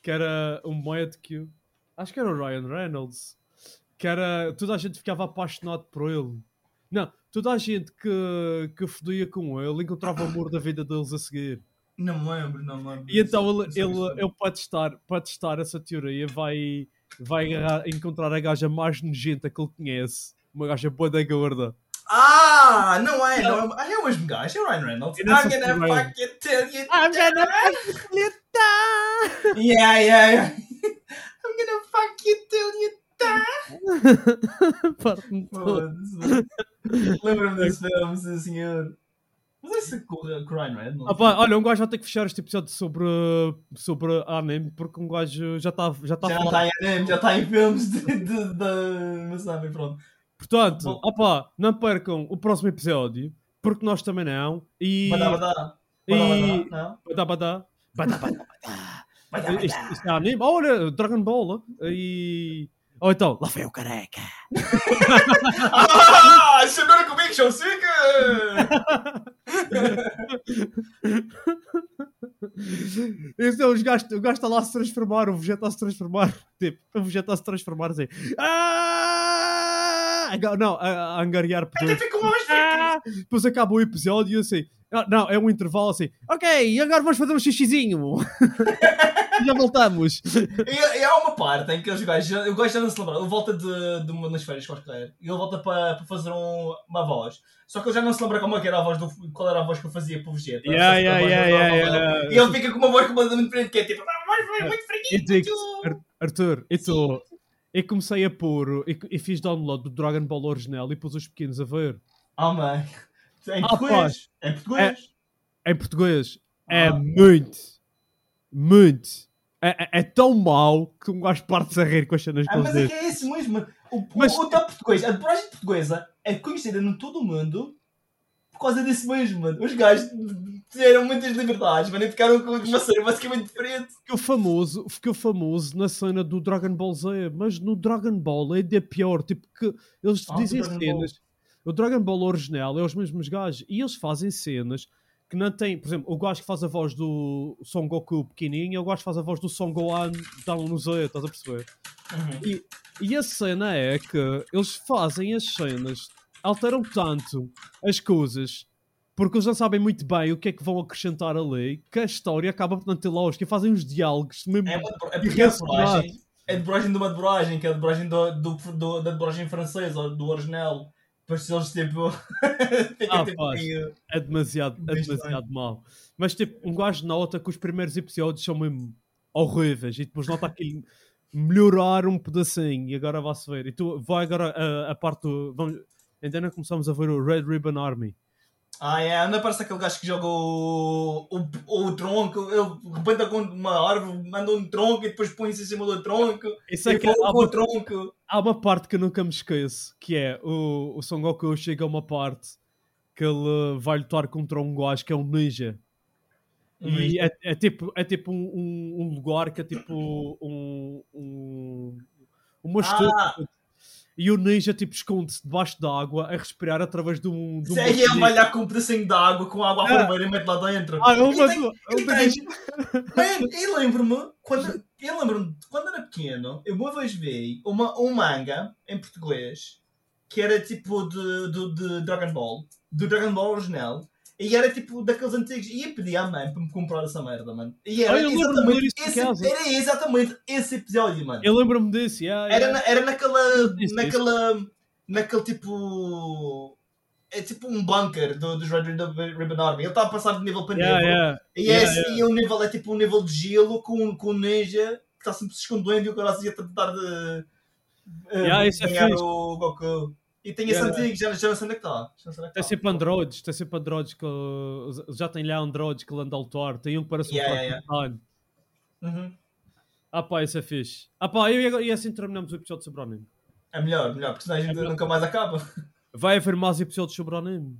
Speaker 1: que era um médico. Acho que era o Ryan Reynolds. Que era. Toda a gente ficava apaixonado por ele. Não, toda a gente que, que fodia com ele encontrava o amor da vida deles a seguir.
Speaker 2: Não me lembro, não me lembro.
Speaker 1: E então ele,
Speaker 2: Não sei
Speaker 1: ele,
Speaker 2: se-
Speaker 1: ele para, testar, para testar essa teoria, vai, vai agarrar- encontrar a gaja mais nojenta que ele conhece. Uma gaja boa da gorda.
Speaker 2: Ah, não é, não é. Ah, é o mesmo gajo, é o Ryan Reynolds.
Speaker 1: Eu
Speaker 2: I'm
Speaker 1: não sou
Speaker 2: gonna
Speaker 1: Ryan.
Speaker 2: fucking tell you.
Speaker 1: Lita!
Speaker 2: Yeah, yeah, yeah. I'm gonna fucking tell you.
Speaker 1: Parte-me toda.
Speaker 2: Foda-se. Lembra-me desse filme, sim senhor. Mas esse com com o Ryan Reynolds.
Speaker 1: Ah pá, olha, um gajo vai ter que fechar este episódio sobre, sobre anime, porque um gajo já está já tá a
Speaker 2: já
Speaker 1: falar.
Speaker 2: está em anime, já está em filmes de, de, de, mas sabe, pronto.
Speaker 1: Portanto, ah pá, não percam o próximo episódio, porque nós também não. E.
Speaker 2: Badá, badá.
Speaker 1: e-
Speaker 2: Badá, badá, não?
Speaker 1: Badá, badá. Badá, badá.
Speaker 2: Badá, badá.
Speaker 1: Isto, isto é anime. Olha, Dragon Ball. ah, E. Ou então, lá foi o careca.
Speaker 2: Ah, Sonora Conviction, siga!
Speaker 1: Então, os gajos, o gajo está lá a se transformar, o Vegeta está a se transformar. Tipo, o Vegeta está a se transformar assim. Ah! Não, a, a angariar
Speaker 2: Até
Speaker 1: poder.
Speaker 2: ficou mais
Speaker 1: Ah! Depois acaba o episódio e assim. ah, Não, é um intervalo assim. Ok, agora vamos fazer um xixizinho. Já voltamos.
Speaker 2: E, e há uma parte em que os gajos. O gajo já não se lembra. Ele volta de, de uma nas férias qualquer. E ele volta para para fazer um- uma voz. Só que ele já não se lembra como é que era a voz do, qual era a voz que eu fazia para o Vegeta.
Speaker 1: Yeah,
Speaker 2: Só se lembra
Speaker 1: yeah,
Speaker 2: a voz
Speaker 1: yeah,
Speaker 2: da-
Speaker 1: yeah,
Speaker 2: da-
Speaker 1: yeah.
Speaker 2: E ele fica com uma voz completamente diferente, que é tipo. "Ah, voz foi muito
Speaker 1: E digo-te,
Speaker 2: fraquinha.
Speaker 1: Ar- Arthur, eu, tô- eu comecei a pôr e, e fiz download do Dragon Ball original e pus os pequenos a ver.
Speaker 2: Oh, mãe. É Em
Speaker 1: Ah, É,
Speaker 2: português. Em português.
Speaker 1: Em português. É
Speaker 2: Ah.
Speaker 1: muito. Muito. É, é- é tão mau que um gajo parte-se a rir com as cenas que
Speaker 2: Ah,
Speaker 1: eles
Speaker 2: mas é que
Speaker 1: dizem.
Speaker 2: é isso mesmo. O,
Speaker 1: Mas-
Speaker 2: o, o top português, a dublagem portuguesa é conhecida em todo o mundo por causa disso mesmo, mano. Os gajos tiveram muitas liberdades, mano, e ficaram com uma série basicamente diferente.
Speaker 1: Ficou famoso, ficou famoso na cena do Dragon Ball Z, mas no Dragon Ball ainda é pior. Tipo, que eles
Speaker 2: Ah,
Speaker 1: dizem
Speaker 2: do Dragon Ball.
Speaker 1: cenas. O Dragon Ball original é os mesmos gajos e eles fazem cenas que não têm. Por exemplo, o gajo que faz a voz do Son Goku pequenininho e o gajo que faz a voz do Son Gohan down no Z, estás a perceber?
Speaker 2: Uhum.
Speaker 1: E a cena é que eles fazem as cenas, alteram tanto as coisas, porque eles não sabem muito bem o que é que vão acrescentar ali, que a história acaba por não ter lógica. E fazem uns diálogos mesmo.
Speaker 2: É, uma, dubla- é porque é a dublagem. É a dublagem de uma dublagem, que é a dublagem do, do, do- da dublagem francesa, ou do original. Depois eles tipo. Fica
Speaker 1: Ah,
Speaker 2: tipo.
Speaker 1: pois.
Speaker 2: meio-
Speaker 1: É demasiado, é
Speaker 2: Bem
Speaker 1: demasiado mau. Mas tipo, um gajo nota que os primeiros episódios são mesmo horríveis e depois nota aquilo melhorar um pedacinho e agora vai-se ver. E tu vai agora a, a parte do. Vamos, ainda não começamos a ver o Red Ribbon Army.
Speaker 2: Ah, é, não parece aquele gajo que joga o, o, o tronco, ele rebenta com uma árvore, manda um tronco e depois põe-se em cima do tronco.
Speaker 1: Isso é
Speaker 2: e
Speaker 1: que é
Speaker 2: voa
Speaker 1: a
Speaker 2: com o tronco.
Speaker 1: há uma parte que eu nunca me esqueço, que é o, o Son Goku chega a uma parte que ele vai lutar contra um gajo que é um ninja. E é, é tipo, é tipo um, um- um lugar que é tipo um, um, uma
Speaker 2: Ah!
Speaker 1: estufa. E o ninja tipo esconde-se debaixo da água a respirar através de um. De um
Speaker 2: Isso aí é malhar com um pedacinho de água, com água a ferver e mete lá dentro.
Speaker 1: Ah, é uma
Speaker 2: E tem-
Speaker 1: do- é
Speaker 2: e
Speaker 1: uma
Speaker 2: tem-
Speaker 1: do-
Speaker 2: Man, eu lembro-me, quando, eu lembro-me de quando era pequeno, eu uma vez vi uma, um manga em português que era tipo de, de, de Dragon Ball, do Dragon Ball original. E era tipo daqueles antigos. E eu pedi à mãe para me comprar essa merda, mano. E era,
Speaker 1: Ah, eu lembro-me
Speaker 2: exatamente,
Speaker 1: de ver isso em
Speaker 2: esse,
Speaker 1: casa.
Speaker 2: era exatamente esse episódio, mano.
Speaker 1: Eu lembro-me disso. yeah, yeah.
Speaker 2: Era, na- era naquela.
Speaker 1: Isso,
Speaker 2: naquela. naquele tipo. É tipo um bunker do, dos Red Red- Ribbon Army. Ele está a passar de nível para
Speaker 1: Yeah,
Speaker 2: nível.
Speaker 1: yeah.
Speaker 2: E,
Speaker 1: yeah,
Speaker 2: esse, e o nível é tipo um nível de gelo com, com um ninja que está sempre se escondendo e o cara ia tentar de. eh,
Speaker 1: Yeah, isso é
Speaker 2: ganhar
Speaker 1: fixe.
Speaker 2: o Goku. E tem esse
Speaker 1: Yeah,
Speaker 2: antigo, já, já não sei onde é que está. Já não sei onde é que
Speaker 1: Tem
Speaker 2: está.
Speaker 1: sempre androides, tem sempre androides que. uh, Já tem lá androides que ele anda a lutar. Tem um que parece um
Speaker 2: Yeah,
Speaker 1: Frankenstein.
Speaker 2: yeah, Uhum.
Speaker 1: Ah pá, isso é fixe. Ah pá, eu, e agora- e assim terminamos o episódio sobre o anime.
Speaker 2: É melhor, melhor, porque senão a gente nunca mais acaba.
Speaker 1: Vai haver mais episódios sobre o anime.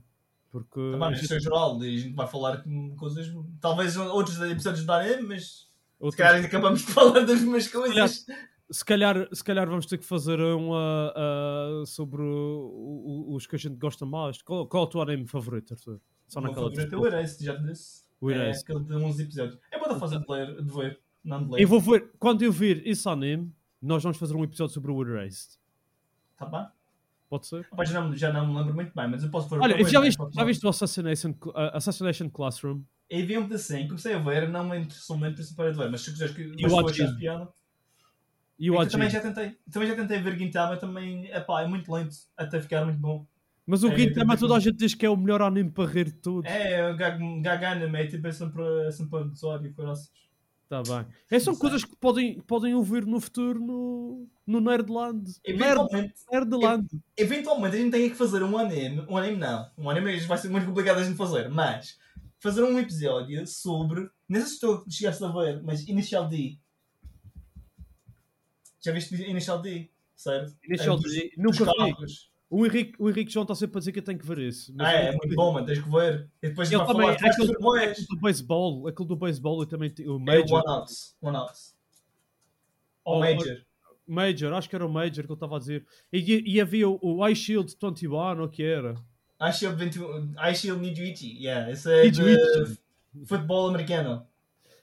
Speaker 1: Porque.
Speaker 2: Também,
Speaker 1: a
Speaker 2: mas
Speaker 1: gente-
Speaker 2: isso é geral e a gente vai falar com coisas. Talvez outros episódios da anime, mas. Se
Speaker 1: outras-
Speaker 2: calhar ainda acabamos de falar das mesmas
Speaker 1: calhar-
Speaker 2: coisas.
Speaker 1: se, calhar, se calhar vamos ter que fazer um ah, ah, sobre o- o- os que a gente gosta mais. Qual, qual é o teu anime favorito, Arthur? Só
Speaker 2: O meu
Speaker 1: naquela
Speaker 2: favorito é o Erase, já te disse.
Speaker 1: O
Speaker 2: É
Speaker 1: Erased.
Speaker 2: aquele de 11 episódios. É boa da fase de ler, de ver, não de
Speaker 1: Eu
Speaker 2: ler.
Speaker 1: vou ver, quando eu vir esse anime, nós vamos fazer um episódio sobre o Erased.
Speaker 2: Tá bem?
Speaker 1: Pode ser?
Speaker 2: Rapaz, já não, já não me lembro muito bem, mas eu posso pôr.
Speaker 1: Olha,
Speaker 2: pôr
Speaker 1: já
Speaker 2: bem,
Speaker 1: viste,
Speaker 2: pode
Speaker 1: já
Speaker 2: pôr.
Speaker 1: viste o Assassination, Cl- ah, Assassination Classroom?
Speaker 2: E vi um pedacinho, comecei a ver, não me interessou muito por isso para de ler, mas se quiseres que
Speaker 1: E
Speaker 2: mas
Speaker 1: o
Speaker 2: tu achas
Speaker 1: Ajin.
Speaker 2: piada.
Speaker 1: E
Speaker 2: É que
Speaker 1: o
Speaker 2: Eu também
Speaker 1: Ajin.
Speaker 2: já tentei, também já tentei ver Gintama, também, epá, é muito lento até ficar muito bom.
Speaker 1: Mas o
Speaker 2: É,
Speaker 1: Gintama,
Speaker 2: eu
Speaker 1: toda a gente diz que é o melhor anime para rir de tudo.
Speaker 2: É, Gagana, é tipo, é sempre, é sempre um episódio, corações.
Speaker 1: Tá bem. É, são coisas que podem, podem ouvir no futuro no, no Nerdland. Nerd,
Speaker 2: Eventualmente,
Speaker 1: Nerdland.
Speaker 2: eventualmente a gente tem que fazer um anime, um anime não, um anime vai ser muito complicado a gente fazer, mas fazer um episódio sobre, não sei se tu chegaste a ver, mas Initial D. Já viste Initial D, certo?
Speaker 1: Initial
Speaker 2: É, dos-
Speaker 1: D,
Speaker 2: dos
Speaker 1: nunca vi.
Speaker 2: carros.
Speaker 1: O Henrique, o Henrique João está sempre a dizer que eu tenho que ver isso.
Speaker 2: Ah, é, é
Speaker 1: eu-
Speaker 2: muito bom, mano, tens que ver. E depois
Speaker 1: Ele
Speaker 2: vai
Speaker 1: também, é
Speaker 2: falar de
Speaker 1: aquele,
Speaker 2: tudo mais.
Speaker 1: aquele do beisebol, aquele do beisebol, eu também ti- o
Speaker 2: É o
Speaker 1: Major. Oh,
Speaker 2: One Out. One Out. Ou
Speaker 1: Ou-
Speaker 2: Major.
Speaker 1: Major, acho que era o Major que ele estava a dizer. E, e havia o, o Eye Shield 21, ou o que era?
Speaker 2: I Shield 21. I Shield Nijuichi. Yeah, esse é
Speaker 1: Nijuichi.
Speaker 2: de futebol americano.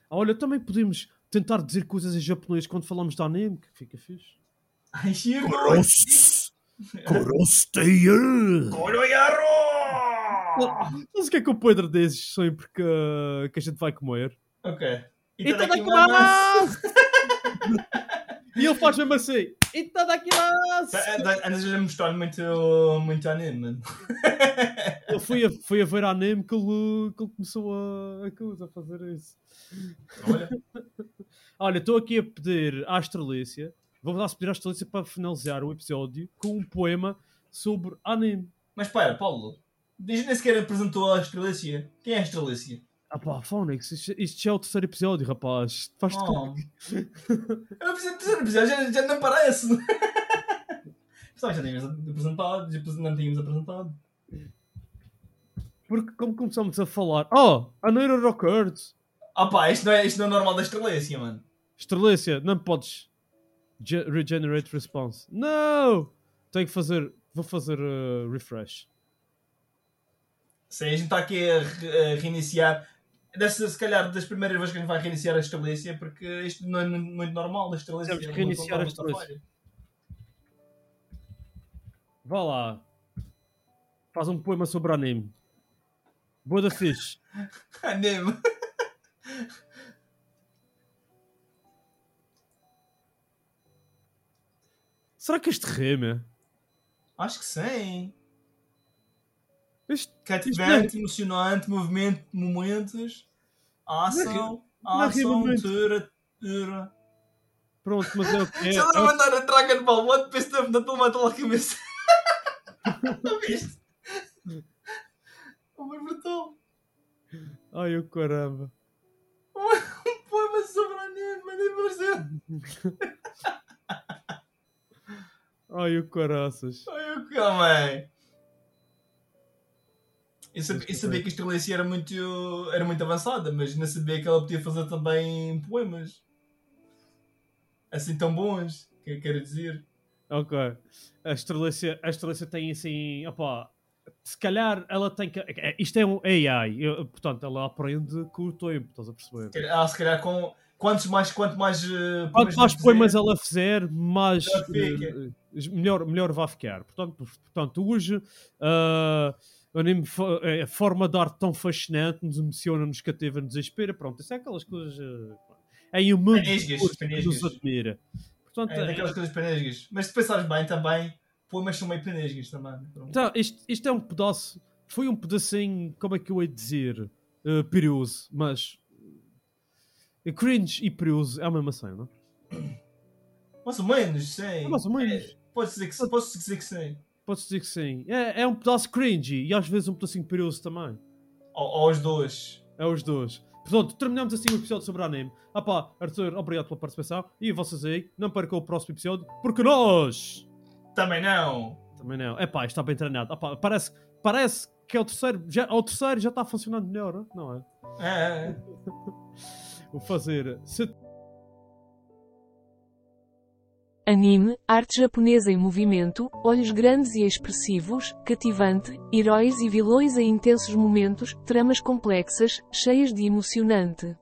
Speaker 1: Ah, olha, também podemos tentar dizer coisas em japonês quando falamos de anime, que fica fixe.
Speaker 2: I Shield.
Speaker 4: Corosteia!
Speaker 2: Koroyaro!
Speaker 1: Não sei o que é que o Pedro diz sempre que, que a gente vai comer.
Speaker 2: Ok. tá
Speaker 1: Itadakimasu! e ele faz mesmo assim. Itadakimasu!
Speaker 2: Andas a mostrar muito, muito anime, mano.
Speaker 1: Ele foi a, foi a ver anime que ele, que ele começou a, a coisa, a fazer isso.
Speaker 2: Olha,
Speaker 1: Olha, estou aqui a pedir à Astralícia. Vou lá pedir à Astralícia para finalizar o episódio com um poema sobre anime.
Speaker 2: mas espera, Paulo. Diz nem sequer apresentou a Astralícia. Quem é a Astralícia?
Speaker 1: Ah pá, Fónix, isto, isto já é o terceiro episódio, rapaz. Faz-te
Speaker 2: Oh.
Speaker 1: comigo.
Speaker 2: Eu preciso de episódio, já, já não parece. Só já tínhamos apresentado, já não tínhamos apresentado.
Speaker 1: Porque como começamos a falar... Oh, a Neira Record.
Speaker 2: Ah pá, isto não é, isto não é normal da Astralícia, mano.
Speaker 1: Estrelícia, não podes... ge- regenerate response. Não! Tenho que fazer... Vou fazer eh, refresh.
Speaker 2: Sim, a gente está aqui a, re- a reiniciar. Dessa, se calhar, das primeiras vezes que a gente vai reiniciar a Astralícia, porque isto não é nu- muito normal é da Astralícia.
Speaker 1: Temos que reiniciar a Astralícia. Vá lá. Faz um poema sobre anime. Boa da fixe.
Speaker 2: É Anime.
Speaker 1: Será que este rima?
Speaker 2: Acho que sim.
Speaker 1: Este... é-
Speaker 2: Cativante, emocionante, movimento, momentos. A ação.
Speaker 1: não
Speaker 2: A
Speaker 1: é
Speaker 2: ação,
Speaker 1: realmente.
Speaker 2: tura, tura.
Speaker 1: Pronto, mas é o que é.
Speaker 2: Se
Speaker 1: É
Speaker 2: ela não
Speaker 1: o-
Speaker 2: mandar a Dragon Ball One, depois da da tua mata lá a cabeça. Não viste? Uma brutal.
Speaker 1: Ai, o caramba.
Speaker 2: Um poema sobre anime, mas nem pareceu.
Speaker 1: Ai, o caraças.
Speaker 2: Ai, o que, oh, mãe. Eu sabia, eu sabia que a Estrelice era muito, era muito avançada, mas não sabia que ela podia fazer também poemas. Assim tão bons, que eu quero dizer.
Speaker 1: Ok. A Estrelícia, a Estrelícia tem assim. Opá, se calhar ela tem que. é- Isto é um AI. eu- portanto, ela aprende com o tempo, estás a perceber?
Speaker 2: Ah, se calhar com. Quantos mais, quanto mais. eh,
Speaker 1: Quanto mais
Speaker 2: fizer-
Speaker 1: poemas ela fizer, mais.
Speaker 2: Melhor fica.
Speaker 1: eh, melhor, melhor vai ficar. Portanto, por- portanto hoje. ah, o anime fo- é a forma de arte tão fascinante nos emociona, nos cativa, nos inspira. Pronto, isso é aquelas coisas. eh, em um mundo de
Speaker 2: Penisgas,
Speaker 1: coisas que nos
Speaker 2: penisgas.
Speaker 1: admira. Portanto,
Speaker 2: É,
Speaker 1: é-
Speaker 2: daquelas coisas penésguas. Mas se pensares bem também, poemas são meio penésguas também. Pronto.
Speaker 1: Então, isto, isto é um pedaço. Foi um pedacinho, como é que eu hei de dizer? eh, perigoso, mas. eh, Cringe e perigoso é a mesma cena, não
Speaker 2: Mais ou menos, sim.
Speaker 1: é? Mais ou menos.
Speaker 2: Posso dizer que sim. Posso dizer que sim.
Speaker 1: Podes dizer que sim. É, é um pedaço cringe e às vezes um pedacinho perigoso também.
Speaker 2: Ou, ou os dois.
Speaker 1: É os dois. Portanto, terminamos assim o episódio sobre anime. Ah pá, Arthur, obrigado pela participação. E vocês aí, não percam o próximo episódio, porque nós.
Speaker 2: Também não.
Speaker 1: Também não. É pá, isto está bem treinado. Ah pá, parece, parece que é o terceiro. Já, o terceiro já está funcionando melhor, não é?
Speaker 2: É, é.
Speaker 1: Vou fazer. Se
Speaker 3: Anime, arte japonesa em movimento, olhos grandes e expressivos, cativante, heróis e vilões em intensos momentos, tramas complexas, cheias de emocionante.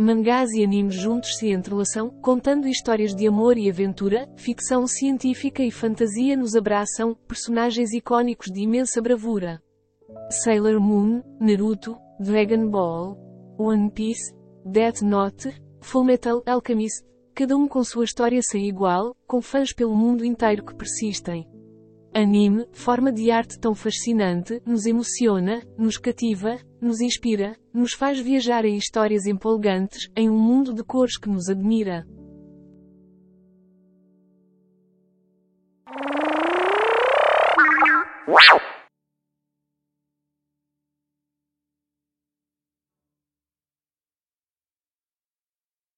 Speaker 3: Mangás e animes juntos se entrelaçam, contando histórias de amor e aventura, ficção científica e fantasia nos abraçam, personagens icônicos de imensa bravura. Sailor Moon, Naruto, Dragon Ball, One Piece, Death Note, Fullmetal Alchemist, cada um com sua história sem igual, com fãs pelo mundo inteiro que persistem. Anime, forma de arte tão fascinante, nos emociona, nos cativa, nos inspira, nos faz viajar em histórias empolgantes, em um mundo de cores que nos admira.